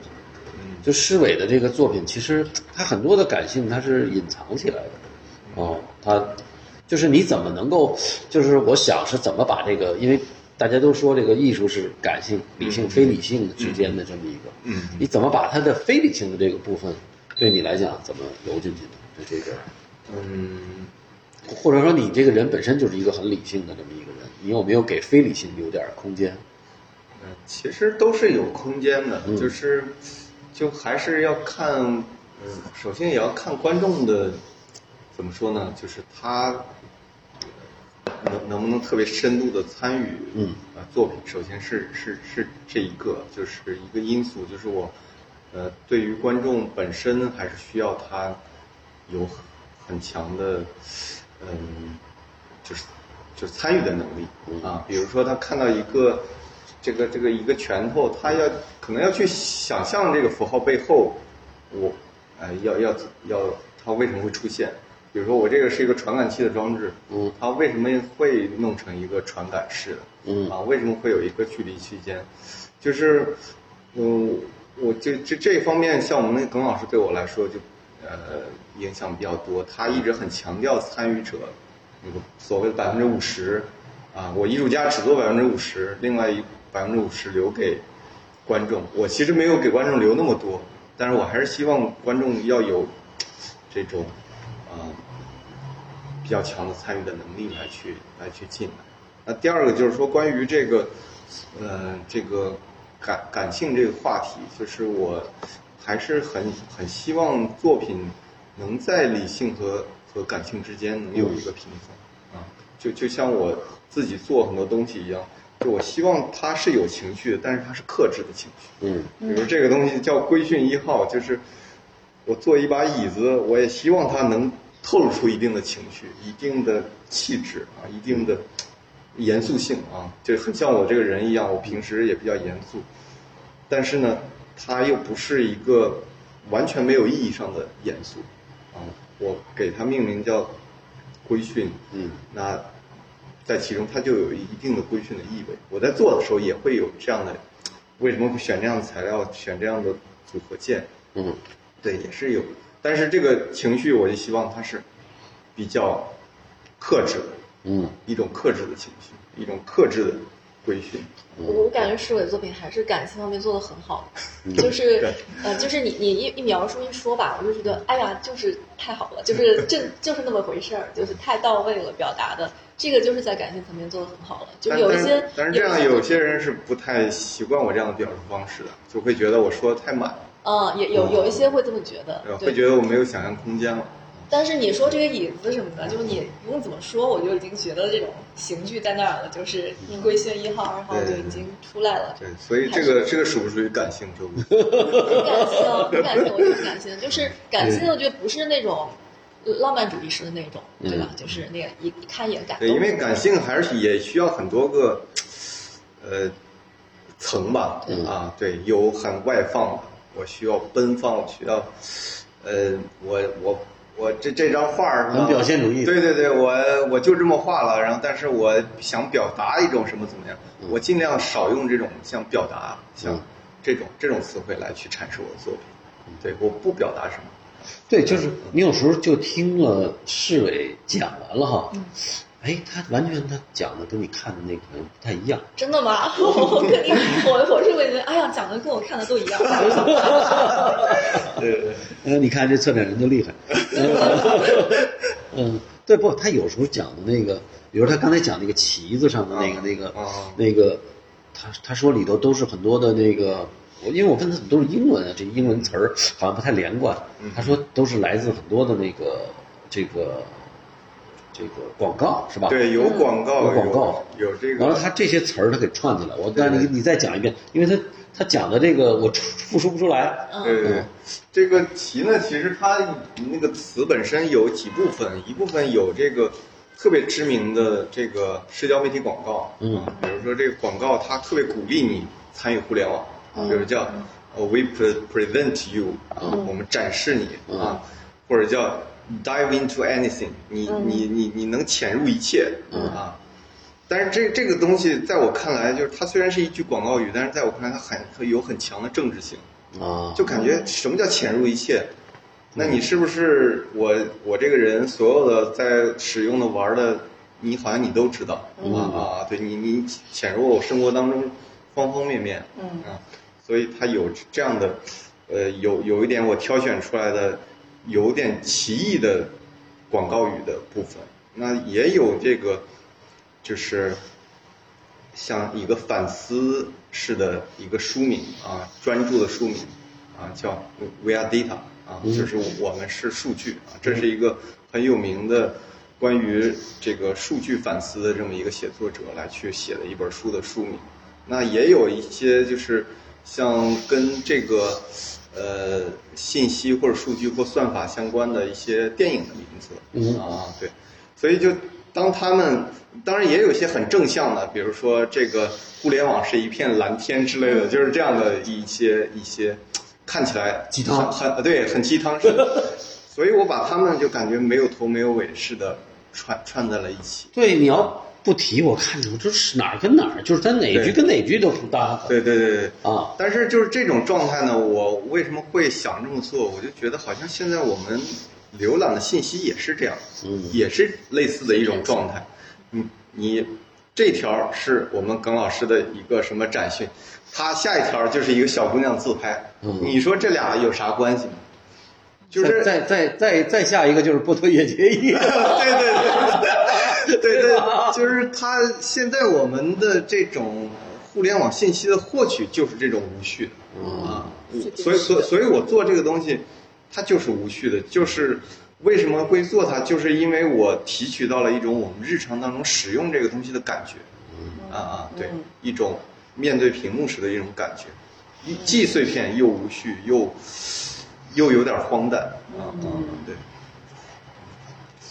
S1: 就市委的这个作品，其实它很多的感性它是隐藏起来的，哦，它就是你怎么能够，就是我想是怎么把这个，因为大家都说这个艺术是感性、理性、非理性之间的这么一个，
S2: 嗯
S1: 你怎么把它的非理性的这个部分，对你来讲怎么揉进去呢？就这个，
S2: 嗯。
S1: 或者说你这个人本身就是一个很理性的这么一个人，你有没有给非理性留点空间？
S2: 嗯，其实都是有空间的，就是就还是要看，嗯，首先也要看观众的怎么说呢，就是他能能不能特别深度的参与，
S1: 嗯，
S2: 呃，作品首先是是是这一个，就是一个因素，就是我，呃，对于观众本身还是需要他有很很强的，嗯，就是就是参与的能力啊。比如说他看到一个这个这个一个拳头，他要可能要去想象这个符号背后，我呃要要要它为什么会出现？比如说我这个是一个传感器的装置，
S1: 嗯，
S2: 它为什么会弄成一个传感式的？
S1: 嗯
S2: 啊，为什么会有一个距离区间？就是，嗯，我这这这方面，像我们那耿老师对我来说就，呃，影响比较多。他一直很强调参与者，那个所谓的百分之五十，啊，我艺术家只做百分之五十，另外一百分之五十留给观众。我其实没有给观众留那么多，但是我还是希望观众要有这种啊、比较强的参与的能力来去来去进来。那第二个就是说关于这个呃这个感感性这个话题，就是我还是很很希望作品能在理性和和感性之间能有一个平衡。啊，就就像我自己做很多东西一样，就我希望它是有情绪的，但是它是克制的情绪。
S1: 嗯，
S2: 比如这个东西叫规训一号，就是我做一把椅子，我也希望它能透露出一定的情绪、一定的气质啊、一定的严肃性啊，就很像我这个人一样，我平时也比较严肃，但是呢，它又不是一个完全没有意义上的严肃啊，我给它命名叫规训，
S1: 嗯，
S2: 那在其中它就有一定的规训的意味。我在做的时候也会有这样的，为什么会选这样的材料，选这样的组合键？
S1: 嗯，
S2: 对，也是有，但是这个情绪我就希望它是比较克制的，
S1: 嗯，
S2: 一种克制的情绪，一种克制的规训。
S6: 我我感觉诗伟作品还是感性方面做的很好，就是
S2: 嗯对
S6: 呃，就是你你一一描述一说吧，我就觉得哎呀，就是太好了，就是这 就是那么回事儿，就是太到位了，表达的这个就是在感性层面做的很好了，就
S2: 但
S6: 有一
S2: 但
S6: 些
S2: 但是这样
S6: 一些
S2: 有些人是不太习惯我这样的表述方式的，就会觉得我说的太满，
S6: 嗯，也有有一些会这么觉得
S2: 呃，会
S6: 对。
S2: 觉得我没有想象空间了。
S6: 但是你说这个椅子什么的，就是你不用怎么说，我就已经觉得这种刑具在那儿了，就是规训一号、二号就
S2: 嗯对
S6: 已经出来了。
S2: 对，所以这个这个属不属于感性周五？
S6: 很感性，很感性，我是很感性，就是感性，我觉得不是那种浪漫主义式的那种，对吧？就是那个一一看一眼感动。
S2: 嗯对，因为感性还是也需要很多个呃层吧，啊，对，有很外放的，我需要奔放，我需要呃，我我我这这张画儿
S1: 很表现主义
S2: 对对对，我我就这么画了，然后但是我想表达一种什么怎么样，
S1: 嗯
S2: 我尽量少用这种像表达像这种这种词汇来去阐述我的作品，
S1: 嗯
S2: 对，我不表达什么。
S1: 对，就是你有时候就听了市委讲完了哈，哎，他完全他讲的跟你看的那个好像不太一样，
S6: 真的 吗？我肯定，我我是会觉得，哎呀，讲的跟我看的都 一样。
S2: 啊
S1: 呃，你看这策展人就厉害， 嗯，对不？他有时候讲的那个，比如他刚才讲那个旗子上的那个、
S2: 啊
S1: 那个、
S2: 啊
S1: 那个，他他说里头都是很多的那个，我因为我问他怎么都是英文啊，这英文词儿好像不太连贯。他说都是来自很多的那个这个这个广告是吧？
S2: 对，有广告，
S1: 有广告
S2: 有有这个。
S1: 完了，他这些词儿他给串起来。我但是你你再讲一遍，因为他他讲的这个我出复述不出来。
S6: 嗯
S2: 对对对，这个棋呢，其实它那个词本身有几部分，一部分有这个特别知名的这个社交媒体广告，
S1: 嗯
S2: 啊，比如说这个广告，它特别鼓励你参与互联网，啊，比如叫呃 We pre present you，啊，我们展示你啊，或者叫 dive into anything，你你你你能潜入一切啊。但是这这个东西，在我看来，就是它虽然是一句广告语，但是在我看来，它很它有很强的政治性。
S1: 啊，
S2: 就感觉什么叫潜入一切？那你是不是我我这个人所有的在使用的玩的，你好像你都知道、啊？对你你潜入我生活当中方方面面，嗯啊，所以它有这样的，呃，有有一点我挑选出来的，有点歧义的广告语的部分，那也有这个，就是像一个反思式的一个书名啊，专注的书名啊，叫 We Are Data 啊，就是我们是数据啊，这是一个很有名的关于这个数据反思的这么一个写作者来去写的一本书的书名。那也有一些就是像跟这个呃信息或者数据或算法相关的一些电影的名字，
S1: 嗯
S2: 啊，对，所以就当他们当然也有一些很正向的，比如说这个互联网是一片蓝天之类的，就是这样的一些一些看起来
S1: 鸡汤
S2: 很很对很鸡汤式的， 所以我把他们就感觉没有头没有尾似的串串在了一起。
S1: 对，你要不提，我看你这是哪儿跟哪儿，就是他哪句
S2: 对
S1: 跟哪句都不搭。
S2: 对对对对
S1: 啊！
S2: 但是就是这种状态呢，我为什么会想这么做？我就觉得好像现在我们浏览的信息也是这样，
S1: 嗯
S2: 嗯也是类似的一种状态。你你这条是我们耿老师的一个什么展讯，他下一条就是一个小姑娘自拍，
S1: 嗯
S2: 你说这俩有啥关系呢？就是
S1: 再再再再下一个就是波特野结衣，
S2: 对对对对对，就是他现在我们的这种互联网信息的获取就是这种无序的啊，所以所以所以我做这个东西，它就是无序的，就是为什么会做它，就是因为我提取到了一种我们日常当中使用这个东西的感觉，啊啊，对，一种面对屏幕时的一种感觉，一既碎片又无序又又有点荒诞啊啊，对。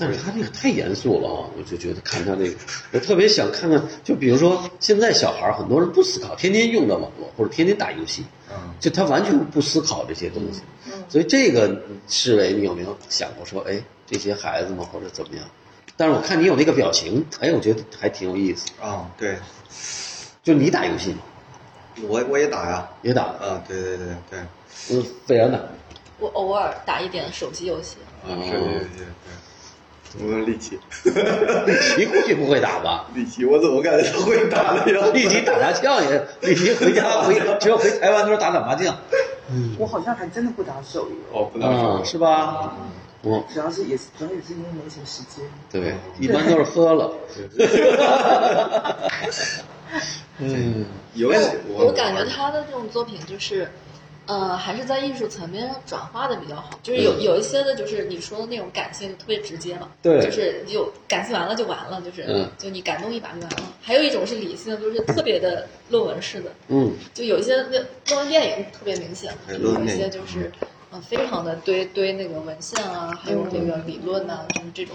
S1: 但是他那个太严肃了啊，我就觉得看他那个，我特别想看看，就比如说现在小孩儿很多人不思考，天天用到网络或者天天打游戏，
S2: 嗯
S1: 就他完全不思考这些东西，所以这个思维你有没有想过说，哎，这些孩子们或者怎么样？但是我看你有那个表情，哎，我觉得还挺有意思。
S2: 啊，对，
S1: 就你打游戏吗？
S2: 我我也打呀，
S1: 也打，
S2: 啊，对对对对，
S1: 嗯，斐然打，
S6: 我偶尔打一点手机游戏，
S2: 啊，
S1: 哦
S2: 是是是，对，我力 气，
S1: 你估计不会打吧？
S2: 力气，我怎么感觉他会打的呀？
S1: 立即打麻将也，立即回家回，只有回台湾的时候打打麻将，
S5: 我好像还真的不打手游，
S2: 哦，不能
S1: 啊、
S2: 说，
S1: 是吧？嗯，
S5: 主要是也是主要也是因为没什么时间。
S1: 对，一般都是喝了。嗯，
S2: 游戏
S6: 我我感觉他的这种作品就是，呃，还是在艺术层面上转化的比较好。就是有
S1: 嗯
S6: 有一些的，就是你说的那种感性就特别直接嘛，
S1: 对
S6: 就是你就感性完了就完了，就是、
S1: 嗯
S6: 就你感动一把就完了。还有一种是理性，就是特别的论文式的，
S1: 嗯，
S6: 就有一些那论文电影特别明显，
S2: 哎
S6: 就
S2: 论
S6: 有
S2: 文
S6: 一
S2: 电
S6: 些
S2: 影
S6: 就是呃非常的堆堆那个文献啊，还有那个理论呐、就是这种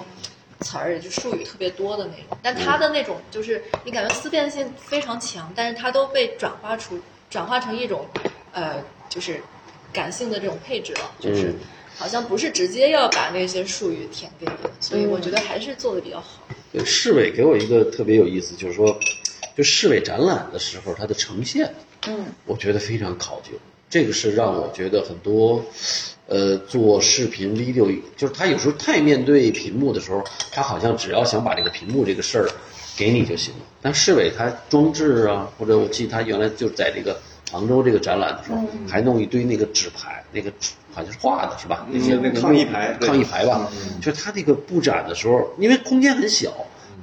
S6: 词儿，也就术语特别多的那种。但他的那种就是你感觉思辨性非常强，但是它都被转化出转化成一种呃就是感性的这种配置了，就是
S1: 嗯
S6: 好像不是直接要把那些术语填给你，所以我觉得还是做的比较好。
S1: 对，市委呃给我一个特别有意思，就是说，就市委展览的时候，它的呈现，
S5: 嗯，
S1: 我觉得非常考究。这个是让我觉得很多，呃，做视频 video，就是他有时候太面对屏幕的时候，他好像只要想把这个屏幕这个事儿给你就行了。但市委他装置啊，或者我记得他原来就在这个杭州这个展览的时候，还弄一堆那个纸牌，那个纸好像是画的是吧？
S2: 嗯
S1: 些
S2: 那个抗议牌对嗯
S1: 抗议牌吧，就是他这个布展的时候，因为空间很小，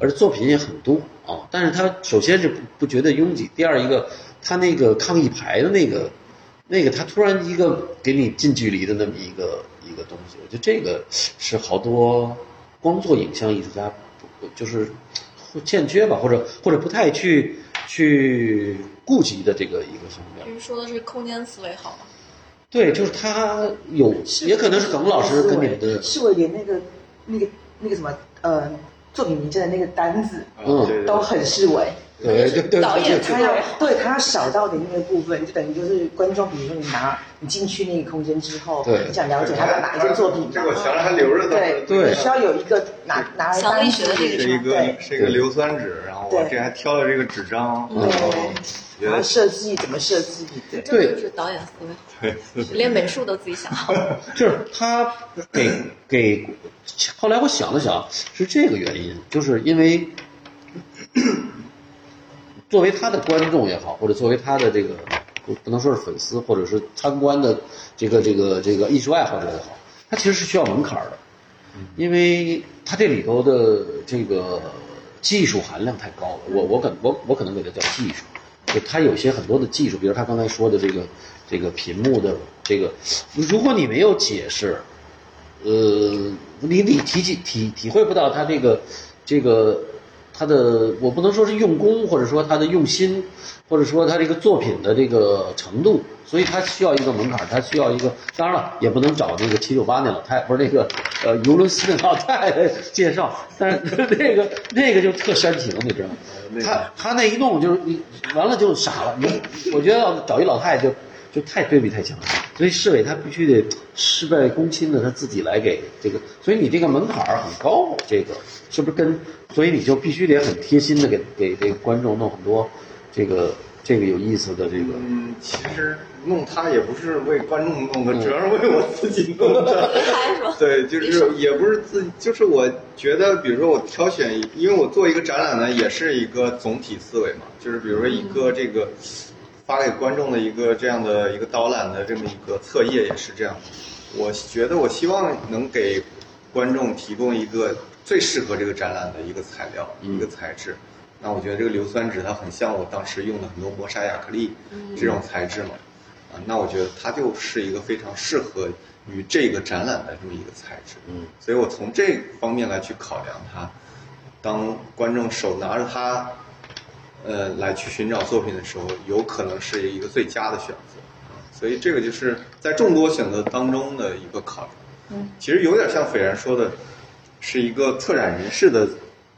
S1: 而作品也很多啊，但是他首先是不不觉得拥挤，第二一个他那个抗议牌的那个那个，他突然一个给你近距离的那么一个一个东西，我觉得这个是好多光做影像艺术家不就是欠缺吧，或者或者不太去去顾及的这个一个方面。
S6: 就是说的是空间思维好吗？
S1: 对，就是他有，也可能是耿老师跟你们的，
S5: 是我连那个那个那个什么呃作品名称的那个单子
S1: 嗯
S2: 啊对
S5: 都很示威。
S1: 对对对，
S6: 导演
S5: 他要对他要少到的那个部分，就等于就是观众，比如说你拿你进去那个空间之后，
S1: 对
S5: 你想了解他的哪一件作品，啊
S2: 这我墙上还留着呢。
S5: 对
S1: 对
S5: 需要有一个拿拿来
S6: 想
S5: 当
S6: 力学的这
S2: 是
S6: 个
S2: 一
S5: 对
S2: 个是一个硫酸纸，然后我
S5: 对
S2: 这还挑了这个纸张，然后
S5: 对，嗯
S2: 觉
S5: 然后
S2: 得
S5: 设计怎么设计，对，
S6: 这个就是导演思维， 连美术都自己想好了。
S1: 就是他给给，后来我想了想，是这个原因，就是因为作为他的观众也好，或者作为他的这个不不能说是粉丝，或者是参观的这个这个这个艺术爱好者也好，他其实是需要门槛儿的，因为他这里头的这个技术含量太高了，我我可我我可能给它叫技术，就它有些很多的技术，比如他刚才说的这个这个屏幕的这个，如果你没有解释，呃，你你体体体体会不到他这个这个他的，我不能说是用功，或者说他的用心，或者说他这个作品的这个程度，所以他需要一个门槛，他需要一个，当然了，也不能找那个七九八那老太，不是那个呃尤伦斯那老太太介绍，但是 那个那个就特煽情，你知道吗？
S2: 呃那个
S1: 他他那一弄就是你完了就傻了，你我觉得要找一老太太就就太对比太强了，所以市委他必须得事倍躬亲的他自己来给这个，所以你这个门槛儿很高，这个是不是跟所以你就必须得很贴心的给给这个观众弄很多这个这个有意思的这个。
S2: 嗯，其实弄它也不是为观众弄
S1: 嗯
S2: 的，主要是为我自己弄的。
S6: 没拍是吧？
S2: 对，就是也不是自己，就是我觉得，比如说我挑选一，因为我做一个展览呢，也是一个总体思维嘛，就是比如说一个这个发给观众的一个这样的一个导览的这么一个册页也是这样。我觉得我希望能给观众提供一个最适合这个展览的一个材料，一个材质。那我觉得这个硫酸纸它很像我当时用的很多磨砂亚克力这种材质嘛，啊，那我觉得它就是一个非常适合于这个展览的这么一个材质。
S1: 嗯，
S2: 所以我从这方面来去考量它。当观众手拿着它，呃，来去寻找作品的时候，有可能是一个最佳的选择。啊所以这个就是在众多选择当中的一个考量。
S6: 嗯，
S2: 其实有点像斐然说的，是一个策展人式的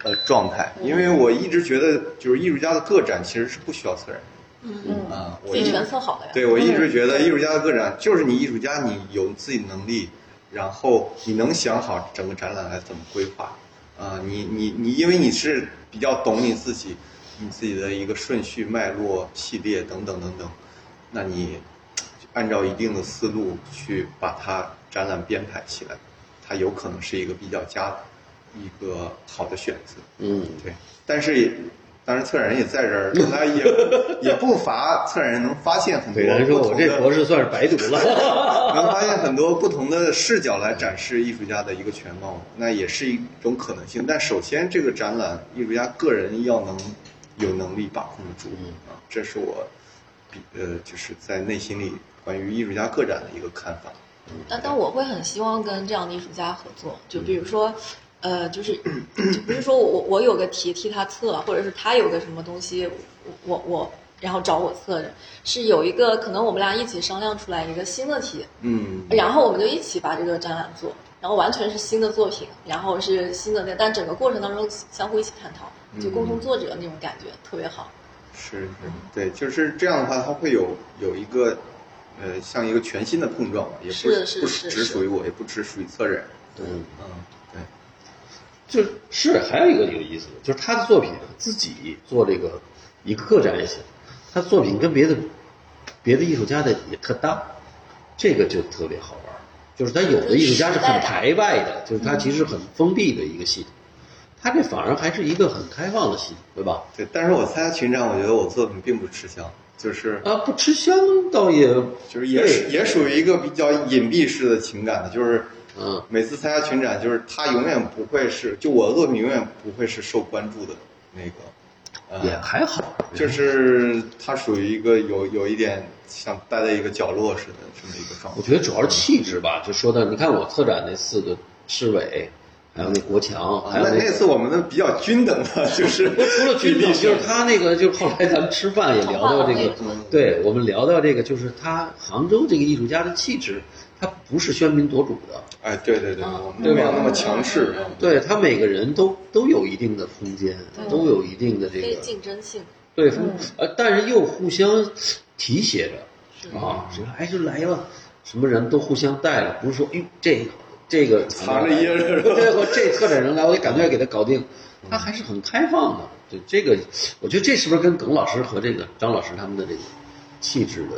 S2: 呃状态，因为我一直觉得就是艺术家的个展其实是不需要策展人
S6: 嗯，
S2: 啊，我
S6: 自
S2: 一
S6: 己
S2: 直
S6: 全策好了呀。
S2: 对，我一直觉得艺术家的个展就是你艺术家，你有自己的能力，然后你能想好整个展览来怎么规划，啊、你你你，因为你是比较懂你自己，你自己的一个顺序、脉络、系列等等等等，那你按照一定的思路去把它展览编排起来，它有可能是一个比较佳的一个好的选择。
S1: 嗯，
S2: 对，但是也，当然策展人也在这儿，那也也不乏策展人能发现很多
S1: 斐然说：“我
S2: 不同
S1: 这
S2: 的，
S1: 博士算是白读 了。
S2: 能发现很多不同的视角来展示艺术家的一个全貌，那也是一种可能性。但首先，这个展览艺术家个人要能有能力把控得住
S1: 嗯
S2: 啊，这是我比呃就是在内心里关于艺术家个展的一个看法。
S6: 但但我会很希望跟这样的艺术家合作，就比如说，呃，就是就不是说我我我有个题替他测，或者是他有个什么东西，我我我然后找我测着，是有一个可能我们俩一起商量出来一个新的题，
S2: 嗯，
S6: 然后我们就一起把这个展览做，然后完全是新的作品，然后是新的那，但整个过程当中相互一起探讨，
S2: 嗯
S6: 就共同作者那种感觉特别好。
S2: 是是，对，就是这样的话，它会有有一个，呃，像一个全新的碰撞吧，也不
S6: 是是
S2: 不
S6: 是
S2: 只
S6: 是
S2: 属于我，也不只属于策展人。”
S1: 对，
S2: 嗯，对，
S1: 就是还有一个有意思的，就是他的作品自己做这个一个个展也行，他作品跟别的别的艺术家的也特搭，这个就特别好玩儿。就是他有的艺术家是很排外
S2: 嗯
S1: 的，就是他其实很封闭的一个系统，他这反而还是一个很开放的系统，对吧？
S2: 对。但是我参加群展，我觉得我作品并不吃香，就是
S1: 啊，不吃香倒也
S2: 就是也
S1: 对
S2: 属也属于一个比较隐蔽式的情感的，就是
S1: 嗯
S2: 每次参加群展，就是他永远不会是，就我的作品永远不会是受关注的那个，呃，
S1: 也还好，
S2: 就是它属于一个有有一点像待在一个角落似的这么一个状态
S1: 我。觉得主要是气质吧，就说到你看我策展那四个市委，还有那国强，还有
S2: 啊那那次我们的比较均等的，就是
S1: 除了军旅， 就是他那个，就是后来咱们吃饭也聊到这
S2: 哦
S1: 个，对我们聊到这个，就是他杭州这个艺术家的气质，他不是喧宾夺主的，
S2: 哎，对对对，我
S1: 对
S2: 们
S1: 吧
S2: 没有那么强势。
S1: 对他每个人都都有一定的空间，都有一定的这
S6: 非
S1: 个
S6: 竞争性，
S1: 对，
S5: 嗯
S1: 呃，但是又互相提携着，啊，谁来就来吧，什么人都互相带了，不是说，哎，这个这个
S2: 藏着掖着是吧
S1: 对，我这策展人来，我得赶快给他搞定，
S5: 嗯
S1: 他还是很开放的。对，这个我觉得这是不是跟耿老师和这个张老师他们的这个气质的？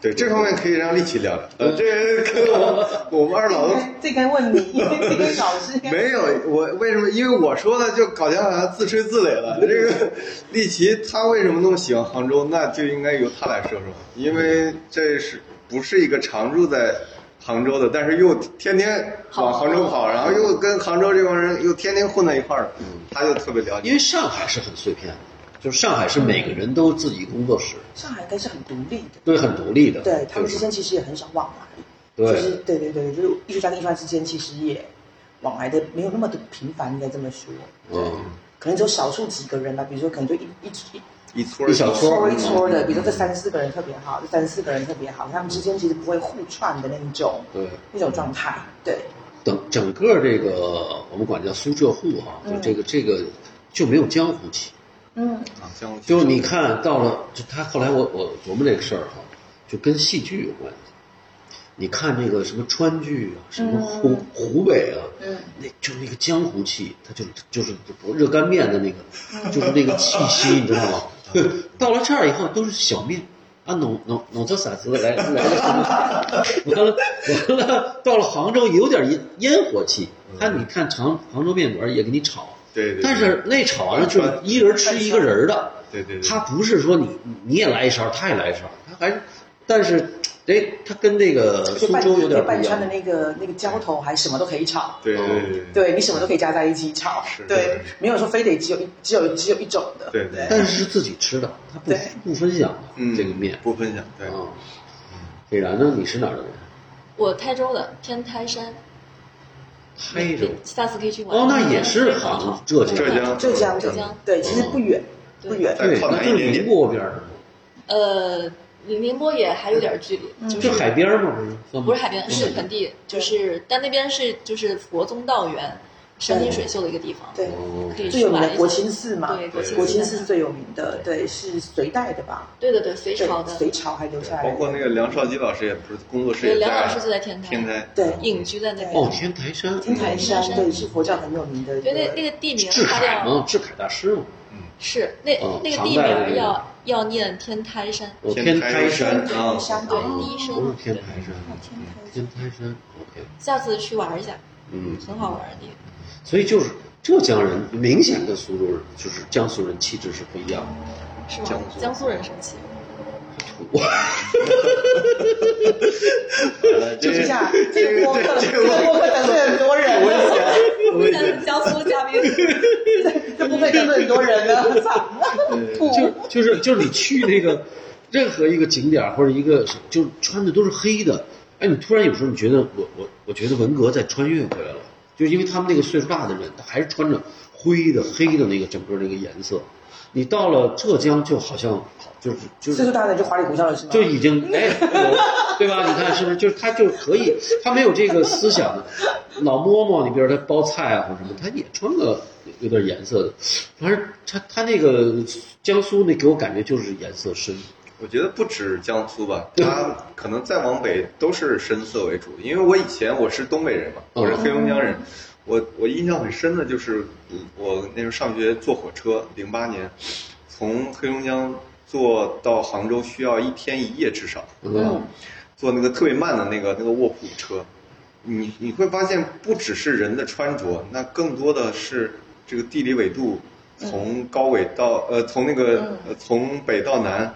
S2: 对这方面可以让力奇聊聊。呃，这跟我我们二老都
S5: 这该问你，这个老 师该
S2: 没有我为什么？因为我说的就搞得好像自吹自擂了。这个 利奇他为什么那么喜欢杭州？那就应该由他来说说，因为这是不是一个常住在杭州的，但是又天天往杭州跑，然后又跟杭州这帮人又天天混在一块儿的，他就特别了解。
S1: 因为上海是很碎片的，就是上海是每个人都自己工作室，
S5: 上海应该是很独立的，
S1: 对，很独立的，
S5: 对他
S1: 就
S5: 们之
S1: 是
S5: 间其实也很少往来，
S1: 对
S5: 就是对对对，就是艺术家跟艺术家之间其实也往来的没有那么的频繁，应该这么说，
S1: 嗯，
S5: 可能只有少数几个人吧，啊比如说可能就一一一
S2: 一撮
S1: 一小撮
S5: 撮一撮的，比如说这三四个人特别好，这三四个人特别好，他们之间其实不会互串的那一种
S1: 对。
S5: 那种状态，对，
S1: 等整个这个我们管叫苏浙沪啊，就这个、这个就没有江湖气，
S5: 嗯，
S2: 啊，像
S1: 就是你看到了，就他后来我我琢磨这个事儿哈、就跟戏剧有关系。你看这个什么川剧啊，什么湖、湖北啊，那就是那个江湖气，它就就是热干面的那个，就是那个气息，你知道吗？ 到了这儿以后都是小面啊，弄弄弄这啥子来来了？完了完了，到了杭州有点烟烟火气。他你看常杭州面馆也给你炒，
S2: 对对，
S1: 但是那炒完了就是一人吃一个人儿的，
S2: 对对对，
S1: 他不是说你你也来一勺，他也来一勺，他还是，但是哎，他跟那个苏
S5: 就半
S1: 州有点不
S5: 半
S1: 一
S5: 川
S1: 样
S5: 的。那个那个浇头还什么都可以炒，
S2: 对对对对
S5: 对你什么都可以加在一起炒
S2: 是，
S5: 对，没有说非得只有一只有只有一种的，
S2: 对对
S6: 嗯
S1: 但是是自己吃的，他不
S5: 对
S1: 不分享的、
S2: 嗯，
S1: 这个面
S2: 不分享，对，
S1: 啊。斐然呢？你是哪儿的人？
S6: 我台州的天台山，
S1: 台州。
S6: 下次可以去玩。
S1: 哦，那也是杭浙江。
S2: 浙江
S5: 浙江
S6: 浙江
S5: 对，其实不远
S6: 对
S5: 不远，
S1: 对，
S2: 靠
S1: 那
S2: 南
S1: 就是
S2: 一点
S1: 宁
S2: 点，
S1: 波边儿，
S6: 呃，离宁波也还有点距离，就是
S1: 就海边儿嘛，不是？算吗
S6: 不是海边，是盆地，就是但那边是就是国宗道源，山清水秀的一个地方，
S5: 对，
S1: 哦
S6: 可以去
S5: 最有名
S6: 玩一
S5: 的
S6: 下。
S5: 国清寺嘛，
S6: 对国清
S5: 国清
S6: 寺
S5: 寺是最有名的，对，是隋代的吧？
S6: 对对对，隋
S5: 对
S6: 朝的。
S5: 隋朝还留下来
S2: 包括那
S5: 的。
S2: 个梁少基老师也不是工作室
S6: 对，
S2: 也在
S6: 梁老师就在天台，
S2: 天台，
S5: 对，
S6: 隐居在那边。
S1: 哦，天台山。
S5: 天台山
S6: 天台山
S5: 对是佛教很有名的一
S6: 嗯对，那
S5: 个
S6: 那个地名
S1: 志
S6: 它
S1: 凯
S6: 叫
S1: 嘛，志凯大师嘛。
S6: 是那
S1: 哦
S6: 那个
S1: 唐
S6: 地
S1: 代的那
S6: 名
S1: 个
S6: 要要念天台山，
S1: 哦，
S2: 天
S1: 台
S2: 山啊，
S5: 山
S6: 对嗯
S5: 对，
S6: 第一声
S1: 不是天台山，哦天台山。OK，
S6: 下次去玩一下，
S1: 嗯，
S6: 很好玩的地方。
S1: 所以就是浙江人明显跟苏州人，就是江苏人气质是不一样的。
S6: 是吗？
S2: 江苏
S6: 江苏人生气，
S5: 就是这 样，这个播客，
S2: 这
S5: 这个播客得罪很多人啊了，
S2: 我也觉
S6: 江苏嘉宾
S5: 这播客得罪很多 人了，操！
S1: 就就是就是你去那个 任何一个景点儿或者一个什，就是穿的都是黑的，哎，你突然有时候你觉得我我我觉得文革在穿越回来了，就是因为他们那个岁数大的人，他还是穿着灰的黑的那个整个那个颜色。你到了浙江，就好像就是就
S5: 岁数
S1: 是
S5: 大的就花里胡哨了是吗？
S1: 就已经哎，我 对吧？你看是不是？就是他就可以，他没有这个思想的。老嬷嬷，你比如说他包菜啊或者什么，他也穿个有点颜色的。反正他他那个江苏那给我感觉就是颜色深，
S2: 我觉得不止江苏吧，它可能再往北都是深色为主。因为我以前我是东北人嘛，
S1: 嗯
S2: 我是黑龙江人，我我印象很深的就是嗯我那时候上学坐火车，零八年从黑龙江坐到杭州需要一天一夜至少，
S1: 嗯，
S2: 坐那个特别慢的那个那个卧铺车，你你会发现不只是人的穿着，那更多的是这个地理纬度从高纬到、
S6: 嗯
S2: 呃从那个、呃从北到南，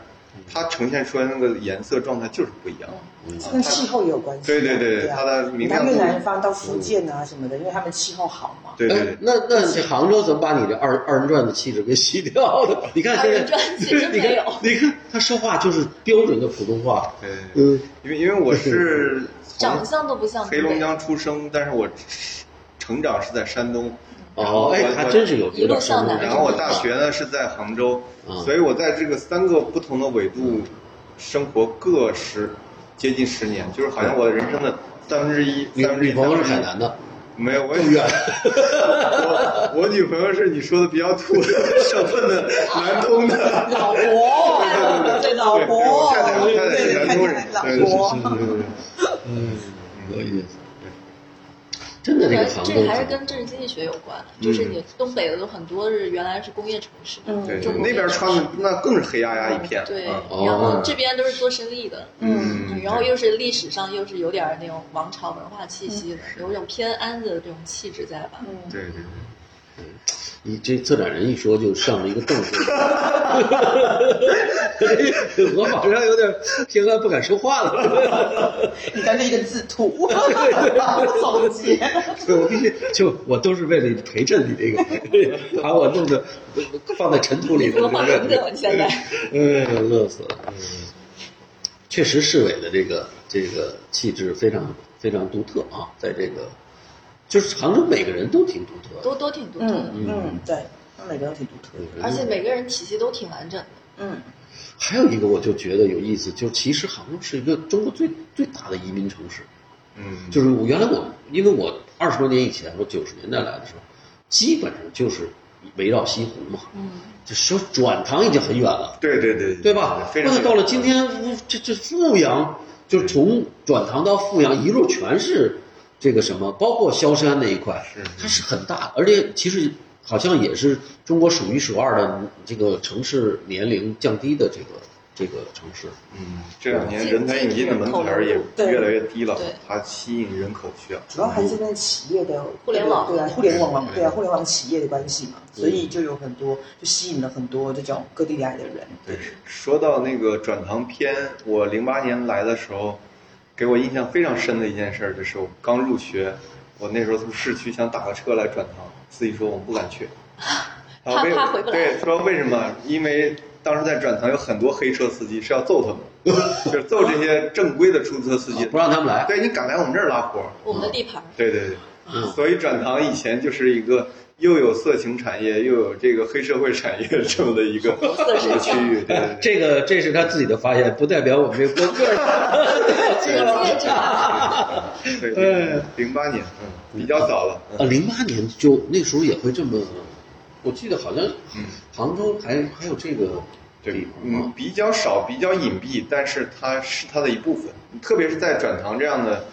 S2: 它呈现出来那个颜色状态就是不一样。
S6: 嗯
S5: 这跟气候也有关系啊。
S2: 对对对
S5: 对啊，
S2: 它的明
S5: 你
S2: 亮
S5: 看
S2: 度
S5: 越南方到福建啊什么的，因为他们气候好嘛。
S2: 对对
S1: 哎
S2: 对，
S1: 那那这杭州怎么把你这二二人转的气质给洗掉了？ 你看现
S6: 二人
S1: 在
S6: 转气质，
S1: 你
S6: 没有
S1: 看你看他说话就是标准的普通话，
S2: 对对对，
S1: 嗯，
S2: 因为因为我是从
S6: 哎长相都不像
S2: 黑 龙江出生，但是我成长是在山东。
S6: 嗯
S1: 哦，哎，还真是有有点山东。
S6: 一路向南
S2: 然后我大学呢是在杭州，
S1: 嗯
S2: 所以我在这个三个不同的纬度生活各十接近十年，就是好像我的人生的三分之一。
S1: 女
S2: 三分之一
S1: 女朋友是
S2: 三分之一
S1: 海南的，
S2: 没有，我
S1: 更远。
S2: 我我女朋友是你说的比较土的省份的南通的。
S5: 老婆，对老
S2: 对，对我
S5: 婆
S2: 太太，，我太太
S5: 对
S2: 是
S5: 对
S2: 南通人，
S5: 老
S2: 对对
S5: 婆，
S2: 对对对
S1: 嗯，有意思。真的，这个杭州
S6: 这还是跟政治经济学有关，就是
S2: 嗯
S6: 你东北的有很多是原来是工业城市，
S5: 嗯
S2: 对
S6: 中
S2: 对，
S6: 国
S2: 那边穿
S6: 城
S2: 的那更是黑压压一片
S6: 市，对，
S2: 啊。
S1: 哦
S6: 然后这边都是做生意的，
S2: 嗯
S6: 然后又是历史上又是有点儿那种王朝文化气息的，有一种偏安的这种气质在吧？
S2: 对对对，
S1: 你这策展人一说就上了一个正 式，我马上有点偏安不敢说话了。
S5: 你干脆一个字 土，总结。
S1: 对，我必须就我都是为了陪衬你这个，把我弄得放在尘土里
S6: 怎
S1: 头
S6: 么。画成梗？现在
S1: 哎呀，乐死了！确实，市委的这个这个气质非常非常独特啊，在这个就是杭州每个人都挺独特的，
S6: 都都挺独特的，
S5: 嗯嗯，对，他每个人都挺独特的。
S6: 而且每个人体系都挺完整的。
S5: 嗯，
S1: 还有一个我就觉得有意思，就是其实杭州是一个中国最最大的移民城市，
S2: 嗯，
S1: 就是我原来我因为我二十多年以前我九十年代来的时候，基本上就是围绕西湖嘛，
S6: 嗯，
S1: 就说转塘已经很远了，
S2: 对对对，
S1: 对吧？
S2: 非
S1: 那
S2: 常嗯
S1: 么到了今天，乌这这富阳，就是从转塘到富阳一路全是这个什么，包括萧山那一块，它是很大，而且其实好像也是中国数一数二的这个城市年龄降低的这个这个城市。
S2: 嗯，这两年人才引进的门槛儿也越来越低了，它吸引人口需要。
S5: 主要还是因为企业的
S6: 互联网
S5: 对啊，互联网
S2: 嗯
S5: 嘛，对啊，互联网企业的关系嘛，所以就有很多就吸引了很多这种各地来的人。
S2: 对，说到那个转塘篇，我零八年来的时候，给我印象非常深的一件事儿，就是我刚入学，我那时候从市区想打个车来转塘，司机说我们不敢 去，然后
S6: 怕
S2: 为
S6: 怕回不来
S2: 对说为什么？因为当时在转塘有很多黑车司机是要揍他们， 就是揍这些正规的出租车司机
S6: 哦
S1: 不，让他们来，
S2: 对你敢来我们这儿拉活儿，
S6: 我们的地盘儿。
S2: 对对对，
S1: 嗯
S2: 所以转塘以前就是一个又有色情产业又有这个黑社会产业这么的一个
S6: 色
S2: 一
S6: 之
S2: 个区
S6: 乡
S2: 域，对对对。
S1: 这个这是他自己的发现，不代表我们这个
S6: 这个经
S2: 啊
S6: 验之谈，
S2: 对，零八年，嗯，比较早了，
S1: 呃，零八年就那时候也会这么，我记得好像
S2: 嗯
S1: 杭州还还有这个地
S2: 对，
S1: 方
S2: 嗯
S1: 啊，，
S2: 比较少，比较隐蔽，但是它是它的一部分，特别是在转塘这样的，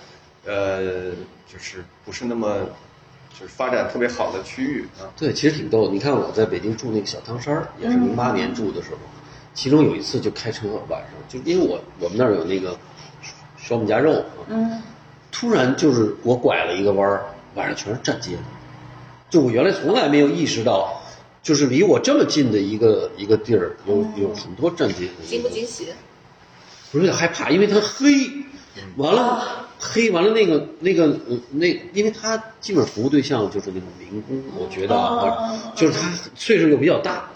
S2: 呃，就是不是那么就是发展特别好的区域啊，
S1: 对，其实挺逗的。你看我在北京住那个小汤山儿，也是零八年住的时候，其中有一次就开车晚上，就因为我我们那儿有那个烧饼夹肉啊，
S5: 嗯，
S1: 突然就是我拐了一个弯儿，晚上全是站街的，就我原来从来没有意识到，就是离我这么近的一个一个地儿，有有很多站街的。
S6: 惊不惊喜？
S1: 不是害怕，因为它黑，完了黑完了那个那个呃那，因为他基本服务对象就是那种民工，我觉得啊，就是他岁数又比较大，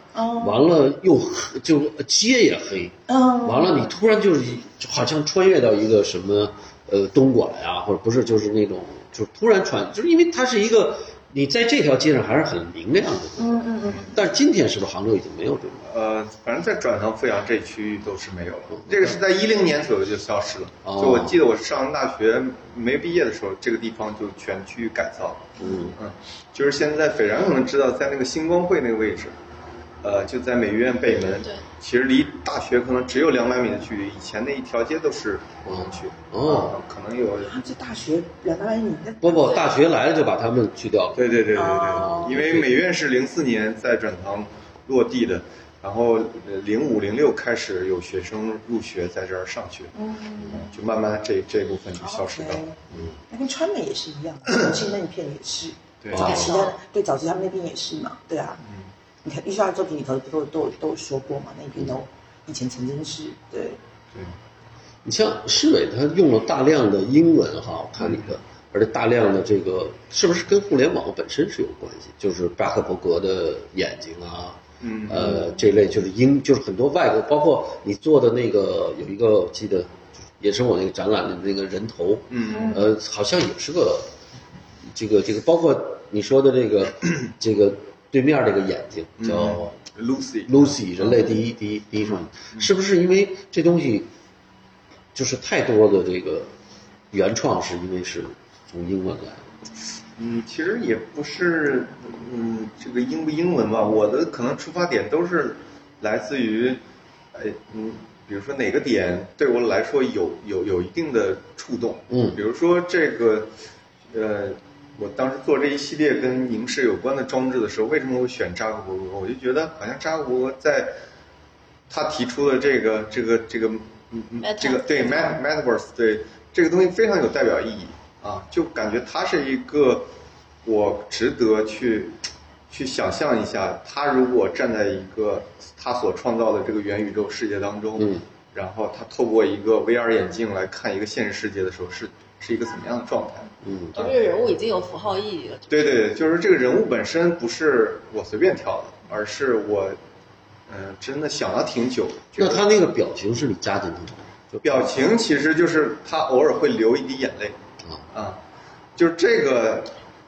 S1: 完了又黑就街也黑，
S2: 嗯
S1: 完了你突然就是一就好像穿越到一个什么呃东莞呀、或者不是就是那种就是突然穿，就是因为它是一个你在这条街上还是很明亮的，嗯嗯嗯，但是今天是不是杭州已经没有这种了？
S2: 呃，反正在转塘、阜阳这区域都是没有嗯哦了。这个是在一零年左右就消失了。就我记得我上大学没毕业的时候，这个地方就全区域改造。
S1: 嗯，
S2: 嗯，就是现在斐然可能知道，在那个星光会那个位置，呃，就在美院北门。
S6: 对
S2: 其实离大学可能只有两百米的距离，以前那一条街都是红灯区。
S1: 哦
S2: 嗯，可能有。
S5: 啊，这大学两百米，那
S1: 不不，大学来了就把他们去掉了。
S2: 对对对对
S5: 哦
S2: 对，因为美院是零四年在转塘落地的，然后零五零六开始有学生入学在这儿上学，嗯就慢慢这这部分就消失掉了。
S5: 嗯，那跟川美也是一样，重庆那一片也是，
S2: 对
S5: 早期
S6: 啊
S5: 的
S1: 哦
S5: 对早期他们那边也是嘛，对啊，
S2: 嗯，
S5: 你看艺术家作品里头不都都有都有说过嘛，那边都以前曾经是对，
S2: 嗯对，
S1: 你像施伟，他用了大量的英文哈，我看你的，而且大量的这个是不是跟互联网本身是有关系？就是扎克伯格的眼睛啊，
S2: 嗯
S1: 呃，这类就是英，就是很多外国，包括你做的那个有一个，我记得也是我那个展览的那个人头，
S2: 嗯，
S1: 呃，好像也是个这个这个，包括你说的这个这个对面这个眼睛
S2: 嗯
S1: 叫。
S2: Lucy
S1: Lucy 人类第一第一第一生，
S2: 嗯
S1: 是不是因为这东西就是太多的这个原创是因为是从英文来的？
S2: 嗯，其实也不是，嗯，这个英不英文吧，我的可能出发点都是来自于，哎，嗯，比如说哪个点对我来说有有有一定的触动，
S1: 嗯
S2: 比如说这个，呃，我当时做这一系列跟影视有关的装置的时候，为什么我选扎克伯格？我就觉得好像扎克伯格在他提出的这个这个这个嗯嗯
S6: Meta
S2: 这个对 Met Metaverse 对这个东西非常有代表意义啊，就感觉它是一个我值得去去想象一下，他如果站在一个他所创造的这个元宇宙世界当中，
S1: 嗯
S2: 然后他透过一个 VR 眼镜来看一个现实世界的时候，是是一个怎么样的状态？
S1: 嗯，
S6: 就这个人物已经有符号意义了。
S2: 对对，对，就是这个人物本身不是我随便挑的，而是我，嗯、真的想了挺久。觉
S1: 那
S2: 得
S1: 他那个表情是你加进去的吗，就
S2: 表情其实就是他偶尔会流一滴眼泪，
S1: 啊，
S2: 啊，就是这个，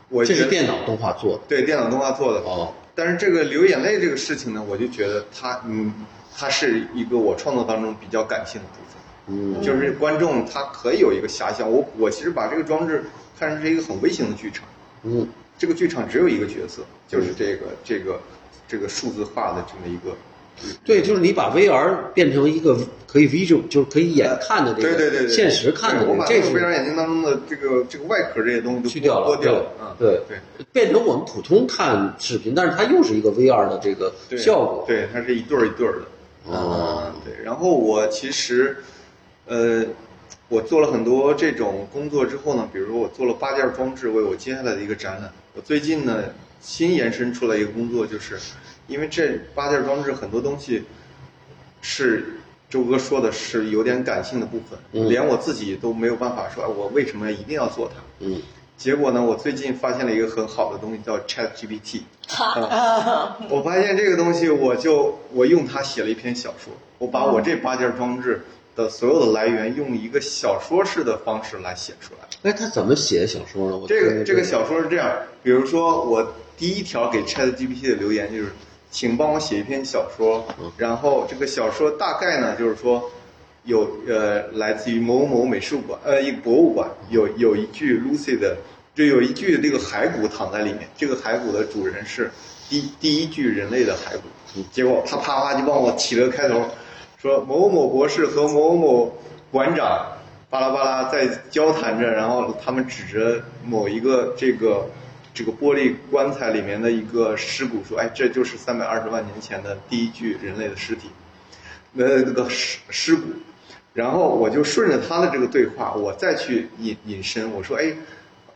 S2: 我
S1: 这
S2: 觉
S1: 是
S2: 得
S1: 电脑动画做的
S2: 对电脑动画做的。
S1: 哦，
S2: 但是这个流眼泪这个事情呢，我就觉得它，嗯，它是一个我创作当中比较感性的部分。
S1: 嗯，
S2: 就是观众他可以有一个遐想。我我其实把这个装置看成是一个很微型的剧场，
S1: 嗯
S2: 这个剧场只有一个角色，就是这个这个这个数字化的这么一个
S1: 对，就是你把 VR 变成一个可以 visual，就是可以眼看的这
S2: 对
S1: 个，
S2: 对对对，
S1: 现实看的
S2: 对
S1: 这
S2: 我
S1: 个，
S2: 把
S1: 这
S2: 那个
S1: 是
S2: 微软眼镜当中的这个这个外壳这些东西就
S1: 去掉
S2: 剥
S1: 了，对
S2: 掉了，嗯，
S1: 对
S2: 对
S1: 变成我们普通看视频，但是它又是一个 VR 的这个
S2: 对，
S1: 效果。
S2: 对，它是一对儿一对儿的。
S1: 哦
S2: 嗯，对。然后我其实，呃，我做了很多这种工作之后呢，比如我做了八件装置，为我接下来的一个展览。我最近呢，新延伸出来一个工作，就是因为这八件装置很多东西是周哥说的是有点感性的部分，
S1: 嗯
S2: 连我自己都没有办法说，哎，我为什么一定要做它？
S1: 嗯，
S2: 结果呢，我最近发现了一个很好的东西，叫 Chat GPT。我发现这个东西，我就我用它写了一篇小说。我把我这八件装置的所有的来源，用一个小说式的方式来写出来。
S1: 哎，他怎么写小说呢？我
S2: 这个
S1: 特别
S2: 这个小说是这样，比如说我第一条给 Chat GPT 的留言就是，请帮我写一篇小说，然后这个小说大概呢就是说，有呃来自于某某美术馆呃一博物馆有有一具 Lucy 的，就有一具这个骸骨躺在里面，这个骸骨的主人是第第一具人类的骸骨，结果啪啪啪就帮我起了个开头，说某某博士和某某馆长巴拉巴拉在交谈着，然后他们指着某一个这个这个玻璃棺材里面的一个尸骨说：“哎，这就是三百二十万年前的第一具人类的尸体，那那个尸尸骨。”然后我就顺着他的这个对话，我再去引引申，我说：“哎，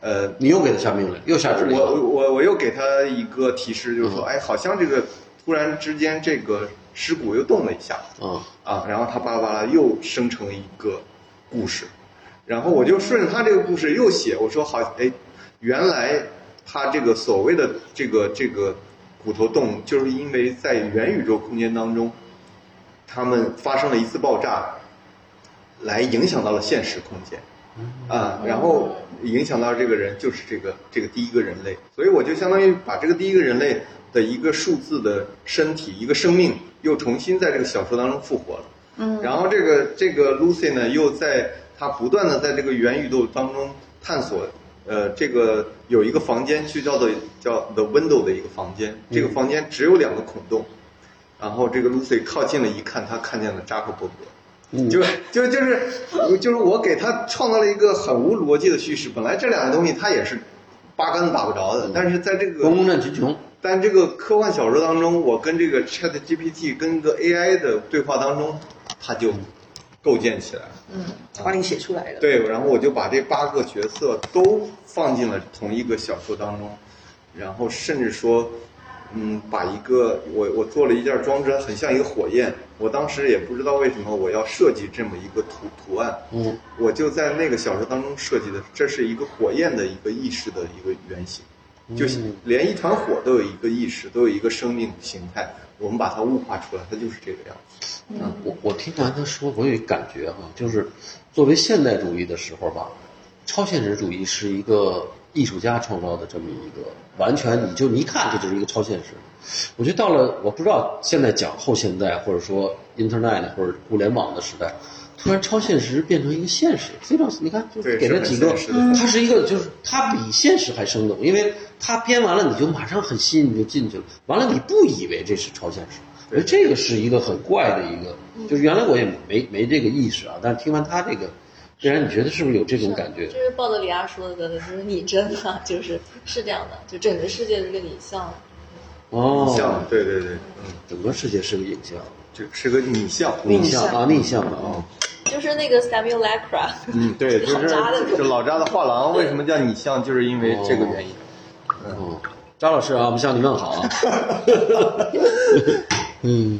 S2: 呃，
S1: 你又给他下命令，又下指令
S2: 我
S1: 了。
S2: 我我又给他一个提示，就是说，哎，好像这个突然之间这个尸骨又动了一下，
S1: 啊，
S2: 啊，然后他巴拉巴拉又生成一个故事，然后我就顺着他这个故事又写，我说好，哎，原来他这个所谓的这个这个骨头洞，就是因为在元宇宙空间当中，他们发生了一次爆炸，来影响到了现实空间，啊，然后影响到这个人就是这个这个第一个人类，所以我就相当于把这个第一个人类的一个数字的身体一个生命又重新在这个小说当中复活了，嗯，然后这个这个 Lucy 呢又在她不断的在这个元宇宙当中探索。呃，这个有一个房间就叫做叫 The Window 的一个房间，这个房间只有两个孔洞，然后这个 Lucy 靠近了一看，她看见了扎克伯格，就就就是就是我给他创造了一个很无逻辑的叙事。本来这两个东西他也是八竿子打不着的，但是在这
S1: 公
S2: 个
S1: 共战群雄，
S2: 但这个科幻小说当中，我跟这个 Chat GPT 跟个 AI 的对话当中，他就构建起来了。
S1: 哦
S5: 帮你写出来了。
S2: 对，然后我就把这八个角色都放进了同一个小说当中，然后甚至说，嗯，把一个我我做了一件装置，它很像一个火焰。我当时也不知道为什么我要设计这么一个图图案，
S1: 嗯，
S2: 我就在那个小说当中设计的，这是一个火焰的一个意识的一个原型，
S1: 嗯
S2: 就是连一团火都有一个意识，都有一个生命形态。我们把它物化出来，它就是这个样子。
S1: 啊我我听完他说，我有一感觉哈，就是作为现代主义的时候吧，超现实主义是一个艺术家创造的这么一个完全，你就你一看这就是一个超现实。我觉得到了我不知道现在讲后现代，或者说 Internet 或者互联网的时代，突然超现实变成一个现实，非常你看就是
S2: 对
S1: 给
S2: 是
S1: 了
S2: 很
S1: 几个
S2: 现实的
S1: 它是一个，就是它比现实还生动，因为它编完了，你就马上很吸引，你就进去了。完了，你不以为这是超现实，我觉得这个是一个很怪的一个，就是原来我也没没这个意识啊，但是听完他这个，既然你觉得是不是有这种感觉
S6: 就？是鲍德里亚说的，就是拟真的，就是是这样的，就整个世界的一个拟像。
S2: 像
S1: 哦，
S2: 对对对，嗯，
S1: 整个世界是个影像，
S2: 这是个拟像，
S1: 逆
S5: 向
S1: 向啊，逆向的啊，
S6: 就是那个 Simulacra，
S2: 嗯，对，就
S6: 老
S2: 是
S6: 扎的那个
S2: 就老扎的画廊为什么叫拟像，就是因为这个原因。
S1: 哦，张老师啊，我们向你问好 啊。嗯，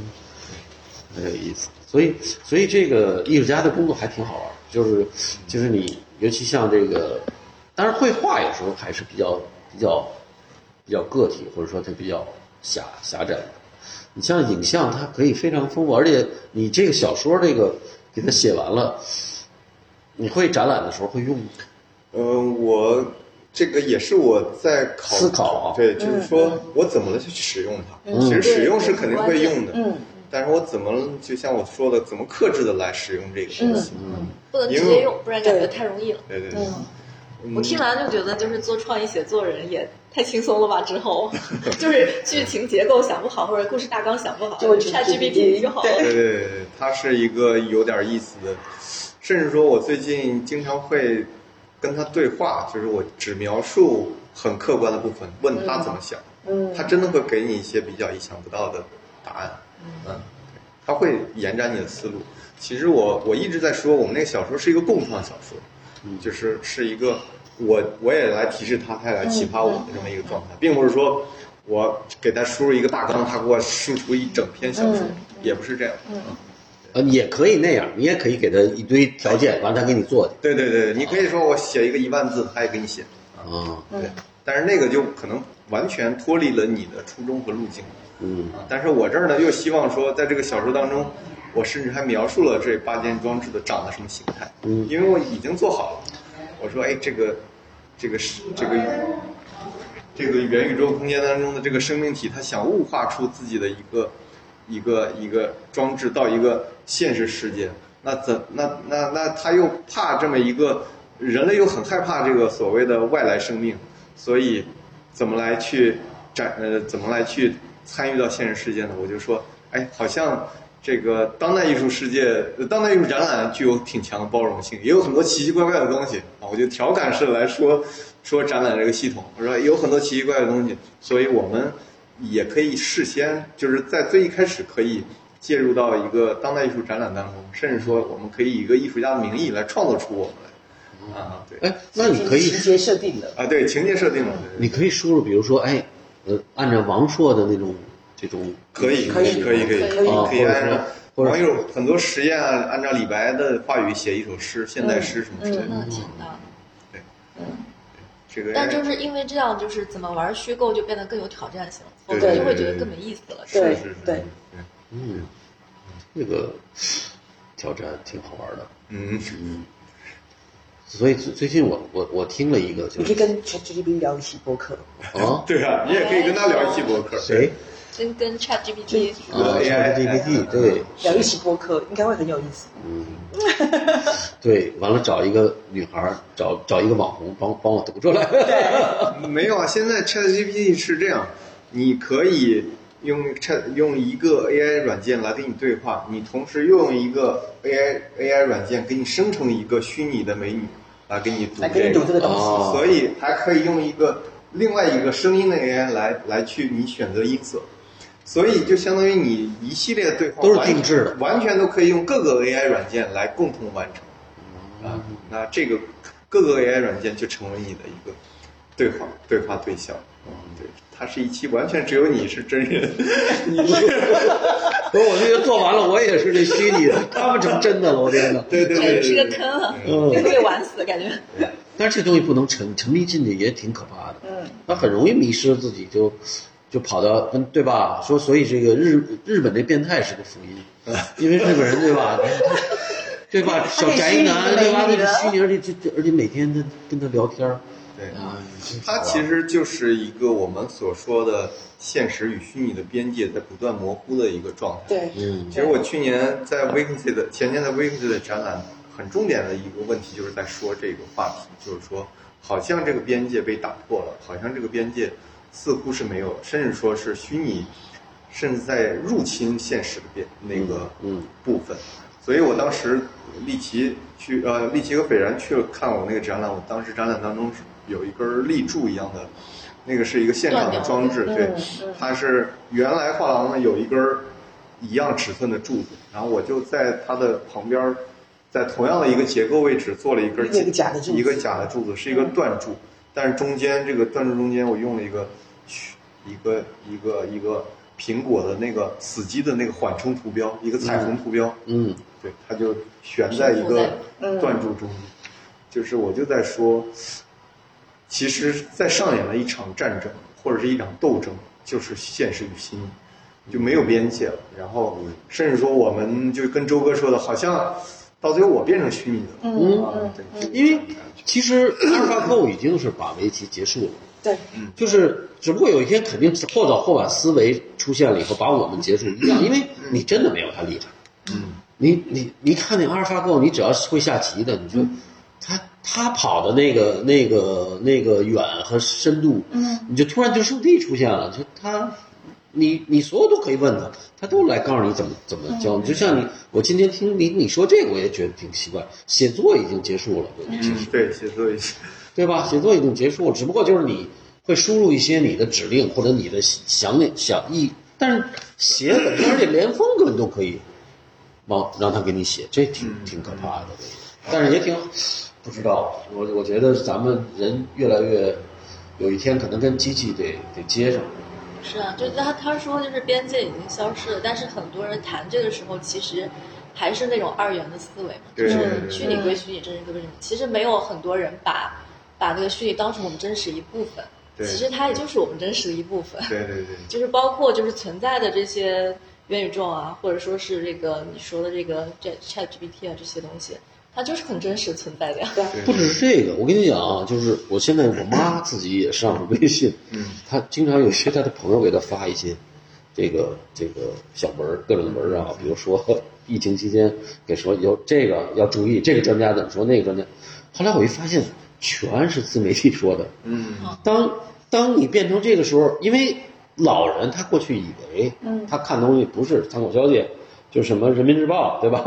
S1: 很有哎意思。所以，所以这个艺术家的工作还挺好玩儿，就是就是你，尤其像这个，当然绘画有时候还是比较比较比较个体，或者说它比较狭狭窄的。你像影像，它可以非常丰富，而且你这个小说这个给它写完了，你会展览的时候会用吗。
S2: 呃，我这个也是我在考
S1: 思考啊
S2: 对，就是说我怎么来去使用它。其实使用是肯定会用的，
S5: 嗯，
S2: 但是我怎么就像我说的，怎么克制的来使用这个东西？
S6: 不能直接用，不然感觉太容易了。
S2: 对对对，嗯
S6: 我听完就觉得，就是做创意写作人也太轻松了吧？之后就是剧情结构想不好，或者故事大纲想不好，
S5: 就问
S6: ChatGPT 就好了。
S2: 对对对，它是一个有点意思的，甚至说我最近经常会跟他对话，就是我只描述很客观的部分，问他怎么想，
S5: 嗯
S2: 他真的会给你一些比较意想不到的答案，嗯，对他会延展你的思路。其实我我一直在说，我们那个小说是一个共创小说，嗯就是是一个我我也来提示他，他也来启发我的这么一个状态，并不是说我给他输入一个大纲，他给我输出一整篇小说，也不是这样。
S1: 呃，也可以那样，你也可以给他一堆条件，完了他给你做去。
S2: 对对对，你可以说我写一个一万字，他也给你写，
S1: 啊，
S2: 对，但是那个就可能完全脱离了你的初衷和路径。
S1: 嗯，
S2: 啊但是我这儿呢，又希望说，在这个小说当中，我甚至还描述了这八件装置的长得什么形态，
S1: 嗯
S2: 因为我已经做好了。我说，哎，这个，这个是这个，这个元宇宙空间当中的这个生命体，它想物化出自己的一个一个一个装置到一个现实世界，那怎那那那他又怕这么一个人类又很害怕这个所谓的外来生命，所以怎么来去展呃怎么来去参与到现实世界呢？我就说，哎，好像这个当代艺术世界、呃当代艺术展览具有挺强的包容性，也有很多奇奇怪怪的东西啊。我就调侃式地来说 说展览这个系统，我说有很多奇奇怪怪的东西，所以我们也可以事先就是在最一开始可以。介入到一个当代艺术展览当中，甚至说我们可以以一个艺术家的名义来创作出我们来，啊，对，
S1: 哎，那你可以
S5: 情节设定的，
S2: 啊，对，情节设定了，对
S1: 你可以输入，比如说，哎，呃，按照王朔的那种这种
S2: 可以，可以，可以，可以，
S6: 可以
S1: 啊，
S2: 可以
S1: 或者
S2: 按照
S1: 说或者
S2: 网友很多实验啊，按照李白的话语写一首诗，现代诗什么之类的，
S6: 嗯，挺的。
S2: 这个
S6: 但就是因为这样，就是怎么玩虚构就变得更有挑战性，否
S2: 对
S6: 则
S5: 对
S6: 就会觉
S2: 对
S6: 得
S2: 对
S6: 更没意思了。
S2: 是
S5: 对
S2: 是是，
S5: 对
S1: 嗯，这个挑战挺好玩的。
S2: 嗯，
S1: 所以最最近我我我听了一个，就
S5: 你可
S1: 是
S5: 以跟 ChatGPT 聊一期播客，
S1: 啊，
S2: 对啊，你也可以跟他聊一期博客，
S1: 谁
S6: 真跟 ChatGPT
S1: 啊 ChatGPT 对，
S5: 聊一期播客应该会很有意思。
S1: 嗯，对，完了找一个女孩儿，找找一个网红帮帮我读出来。
S2: 没有啊，现在 ChatGPT 是这样，你可以用 Chat 用一个 AI 软件来跟你对话，你同时又用一个 AI AI 软件给你生成一个虚拟的美女来给你读
S5: 来给
S2: 这
S5: 你读这
S2: 个，
S5: 个东西，
S1: 哦
S2: 所以还可以用一个另外一个声音的 AI 来来去你选择音色。所以就相当于你一系列对话
S1: 都是
S2: 完
S1: 定制的
S2: 完全都可以用各个 AI 软件来共同完成。啊，那这个各个 AI 软件就成为你的一个对话对话对象。嗯对，它是一期完全只有你是真 人，你
S1: 不是，我这个做完了，我也是这虚拟的，他们成真的了，我天哪！
S2: 对对
S6: 这
S2: 对
S6: 个是
S2: 对
S6: 个
S2: 对，
S6: 坑啊，
S1: 嗯
S6: 就会玩死感觉。
S1: 但是这东西不能沉沉迷进去，也挺可怕的。嗯，他很容易迷失自己，就就跑到嗯对吧？说所以这个日日本这变态是个福音，因为日本人对吧？ 对吧？小宅男对吧？那个虚拟，而且这这而且每天他跟他聊天儿，
S2: 对
S1: 啊，
S2: 它其实就是一个我们所说的现实与虚拟的边界在不断模糊的一个状态。
S5: 对，
S1: 嗯
S2: 其实我去年在 Vacancy 的前年在 Vacancy 的展览，很重点的一个问题就是在说这个话题，就是说好像这个边界被打破了，好像这个边界似乎是没有了，甚至说是虚拟，甚至在入侵现实的边那个
S1: 嗯嗯
S2: 部分。所以我当时丽奇去呃，丽奇和斐然去了看我那个展览，我当时展览当中是有一根立柱一样的，那个是一个现场的装置，对，
S5: 嗯
S2: 它是原来画廊呢有一根儿一样尺寸的柱子，然后我就在它的旁边儿，在同样的一个结构位置做了一根儿
S5: 另一个假的柱子嗯
S2: 一个假的柱子是一个断柱，但是中间这个断柱中间我用了一个一个一个一个苹果的那个死机的那个缓冲图标，一个彩虹图标，
S1: 嗯，
S2: 对，它就悬在一个断柱中间。就是我就在说，其实在上演了一场战争或者是一场斗争，就是现实与心理，就没有边界了。然后甚至说，我们就跟周哥说的，好像到最后我变成虚拟的了。嗯，啊、对，
S1: 因为其实阿尔法狗已经是把围棋结束了。
S5: 对，
S1: 嗯就是只不过有一天肯定或早或晚思维出现了以后，把我们结束一样，因为你真嗯的没有他厉害。嗯，你你你看那阿尔法狗，你只要是会下棋的，你就他他跑的那个那个那个远和深度，嗯，你就突然就圣地出现了，就他，你你所有都可以问他，他都来告诉你怎么怎么教。就像你，我今天听你你说这个，我也觉得挺奇怪。写作已经结束了，对
S2: 嗯，对，写作一下。
S1: 对吧？写作已经结束了，只不过就是你会输入一些你的指令或者你的想想意，但是写本身而且连风格你都可以往让他给你写，这挺挺可怕的，但是也挺不知道，我我觉得咱们人越来越有一天可能跟机器得得接上，
S6: 是啊，就是他他说就是边界已经消失了，但是很多人谈这个时候其实还是那种二元的思维嘛，就
S2: 对对
S6: 嗯是
S2: 对
S6: 虚拟归虚拟，真实归真实。其实没有很多人把把那个虚拟当成我们真实一部分，其
S2: 对
S6: 实它也就是我们真实的一部分。
S2: 对对对，
S6: 就是包括就是存在的这些元宇宙啊，或者说是这个你说的这个 Chat Chat GPT 啊这些东西，它就是很真实存在的呀。
S1: 不只是这个，我跟你讲啊，就是我现在我妈自己也上了微信，
S2: 嗯，
S1: 她经常有些她的朋友给她发一些这个这个小文儿各种文儿啊，比如说疫情期间给说有这个要注意，这个专家怎么说，那个专家，后来我一发现全是自媒体说的，
S2: 嗯，
S1: 当当你变成这个时候，因为老人他过去以为，他看东西不是参考消息，就是什么人民日报，对吧？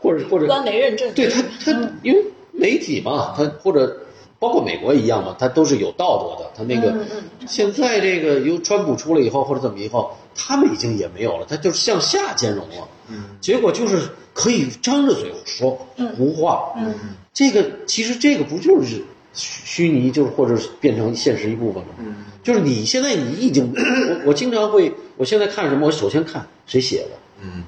S1: 或者或者
S6: 官媒认证，
S1: 对他，他因为媒体嘛，他或者包括美国一样嘛，他都是有道德的。他那个现在这个由川普出来以后，或者怎么以后，他们已经也没有了，他就是向下兼容了。
S2: 嗯，
S1: 结果就是可以张着嘴说胡话。嗯，这个其实这个不就是虚虚拟，就是或者是变成现实一部分了吗？
S2: 嗯，
S1: 就是你现在你已经，我我经常会，我现在看什么，我首先看谁写的。
S2: 嗯，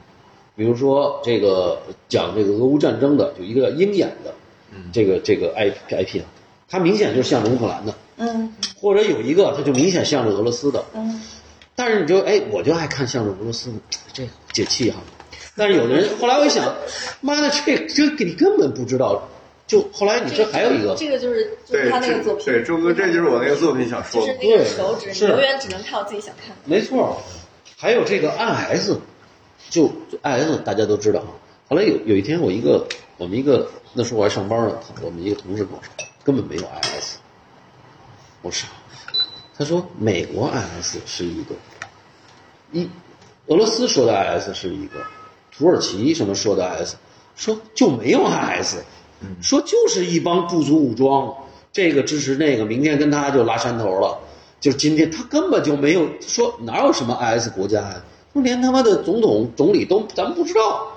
S1: 比如说这个讲这个俄乌战争的，有一个叫鹰眼的，
S2: 嗯
S1: 这个这个 I IP 啊，它明显就是向着乌克兰的，
S5: 嗯，
S1: 或者有一个它就明显向着俄罗斯的，嗯，但是你就哎，我就爱看向着俄罗斯的，这个解气哈。但是有的人后来我一想，妈的，这这你根本不知道，就后来你这还有一个，
S6: 这个就是就是
S2: 对，
S6: 他那个作
S2: 这
S6: 品，
S2: 对，周哥，这就是我那个作品想
S6: 就
S2: 说
S6: 是
S2: 的。
S6: 那个手指，你
S1: 是
S6: 永远只能看我自己想看的。
S1: 没错，还有这个 IS，就就 IS 大家都知道啊。后来有有一天，我一个我们一个那时候我还上班呢，他我们一个同事跟我说，根本没有 IS。我傻，他说美国 IS 是一个，一俄罗斯说的 IS 是一个，土耳其什么说的 IS，说就没有 IS，说就是一帮部族武装，这个支持那个，明天跟他就拉山头了。就是今天他根本就没有说哪有什么 IS 国家呀、说连他妈的总统、总理都咱们不知道，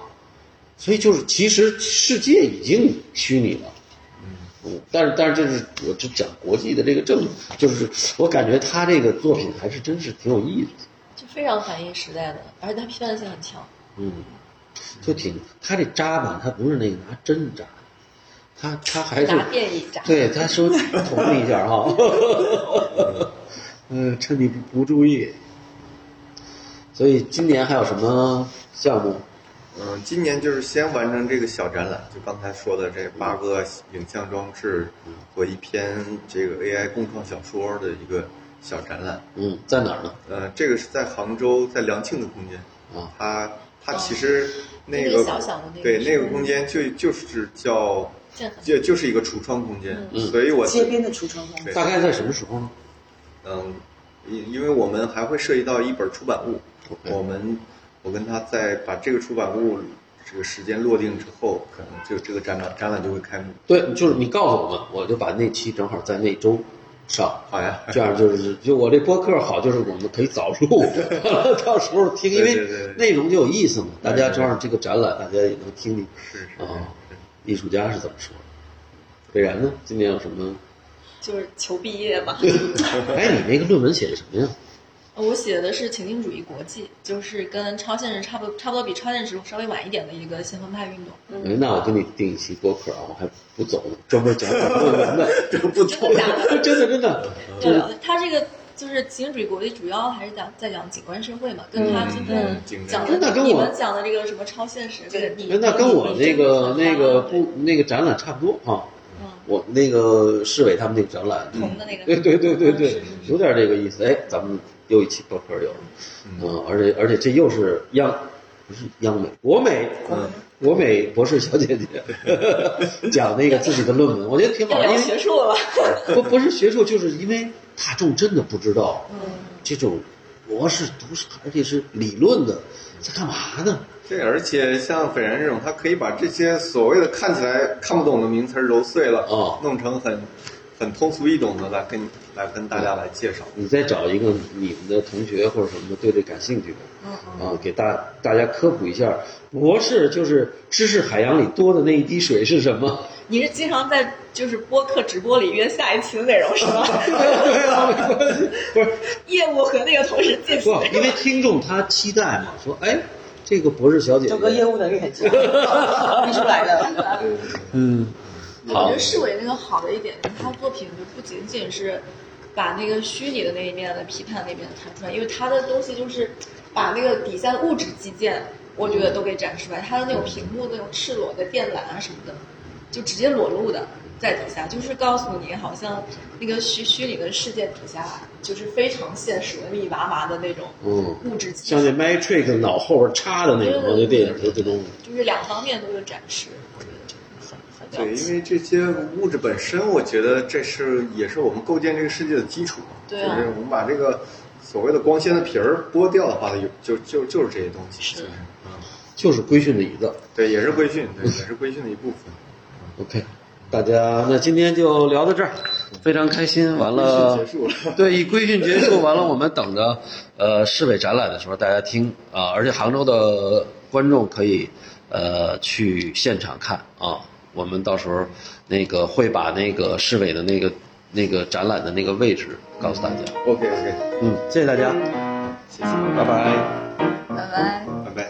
S1: 所以就是其实世界已经虚拟了。嗯，但是但是这是我只讲国际的这个政，就是我感觉他这个作品还是真是挺有意思的。
S6: 就非常反映时代的，而且它批判性很强。
S1: 嗯，就挺他这扎吧，他不是那个拿针扎，他他还是
S6: 答辩一扎
S1: 哎对他说捅你一下哈，嗯，趁你不注意。所以今年还有什么项目？
S2: 嗯，今年就是先完成这个小展览，就刚才说的这八个影像装置和一篇这个 AI 共创小说的一个小展览。
S1: 嗯，在哪儿呢？
S2: 呃，这个是在杭州，在梁庆的空间。
S1: 啊，
S2: 它它其实那
S6: 哦那
S2: 个
S6: 个小小的那个
S2: 对
S6: 是
S2: 那个空间就就是叫
S6: 建很
S2: 就就是一个橱窗空
S6: 嗯
S2: 间，所以我
S5: 街边的橱窗空间
S2: 对
S1: 大概在什么时候呢？
S2: 嗯，因因为我们还会涉及到一本出版物
S1: OK
S2: 我们我跟他在把这个出版物这个时间落定之后，可能就这个展览展览就会开幕。
S1: 对，就是你告诉我们，我就把那期正好在那周上。
S2: 好呀，
S1: 这样就是，就我这播客好，就是我们可以早录，到时候听，因
S2: 对
S1: 为
S2: 对对对
S1: 内容就有意思嘛。大家这样这个展览，大家也能听听
S2: 是是
S1: 啊，艺术家是怎么说的。斐然呢？今年有什么？
S6: 就是求毕业吧。
S1: 哎，你那个论文写的什么呀？
S6: 我写的是情境主义国际，就是跟超现实差不多，差不多比超现实稍微晚一点的一个先锋派运动。
S1: 哎，那我给你定一期播客啊，我还不走呢，专门讲讲论 文的，这个不走了，真的真的，
S6: 对，它这个就是情景主义国际，主要还是讲在讲景观社会嘛，跟它今天
S2: 嗯
S6: 讲
S1: 那
S6: 的
S1: 跟我
S6: 你们讲的这个什么超现实，这个你
S1: 哎那跟我
S6: 你
S1: 那个
S6: 你
S1: 那个
S6: 你
S1: 不那个展览差不多啊
S6: 嗯。
S1: 我那个市委他们那个展览，
S6: 不同的那个，
S1: 对对对对
S6: 嗯是
S1: 对
S6: 是，
S1: 有点这个意思。哎，咱们又一期播客有了，嗯，而且而且这又是央，不是央美，国美，
S2: 嗯，
S1: 国美博士小姐姐讲那个自己的论文，我觉得挺好，
S6: 要
S1: 因
S6: 聊
S1: 为
S6: 学术了。
S1: 不不是学术，就是因为大众真的不知道这种博士读是，而且是理论的，在干嘛呢？
S2: 对，而且像斐然这种，他可以把这些所谓的看起来看不懂的名词儿揉碎了，
S1: 哦
S2: 弄成很很通俗易懂的来跟来跟大家来介绍。
S1: 你再找一个你们的同学或者什么的对这感兴趣的，啊，给大大家科普一下，博士就是知识海洋里多的那一滴水是什么？
S6: 你是经常在就是播客直播里约下一期的内容是吗？
S1: 对 啊，没关系，不是
S6: 业务和那个同时进行
S1: 不，因为听众他期待嘛，说哎，这个博士小姐
S5: 周哥业
S1: 姐，
S5: 务能力很强， 逼出来的。
S1: 嗯，
S6: 我觉
S1: 好
S6: 得，市委那个好的一点，就是他作品就不仅仅是把那个虚拟的那一面的批判那一面看出来，因为他的东西就是把那个底下的物质基建，我
S1: 嗯
S6: 觉得都给展示出来。他的那种屏幕那种赤裸的电缆啊什么的，就直接裸露的在底下，就是告诉你好像那个虚虚拟的世界底下就是非常现实的密密麻麻的那种
S1: 嗯，
S6: 物质基
S1: 像那
S6: 建，
S1: Matrix 脑后边插的那种，那电影就这东西，
S6: 就是两方面都有展示，我觉得就很很了
S2: 对，
S6: 不起
S2: 因为这些物质本身，我觉得这是也是我们构建这个世界的基础嘛。
S6: 对啊
S2: 就是我们把这个所谓的光鲜的皮儿剥掉的话，有就就就是这些东西。
S6: 是
S2: 就是嗯，
S1: 就是规训的椅子。
S2: 对，也是规训，对，也是规训的一部分。
S1: OK，大家那今天就聊到这儿，非常开心。完了，
S2: 规训结束了
S1: 对，以规训结束，完了我们等着 呃市委展览的时候大家听啊，而且杭州的观众可以呃去现场看啊，我们到时候那个会把那个市委的那个那个展览的那个位置告诉大家。
S2: OK OK，
S1: 嗯，谢谢大家，
S2: 谢谢，
S1: 拜拜。
S6: 拜拜。
S2: 拜拜。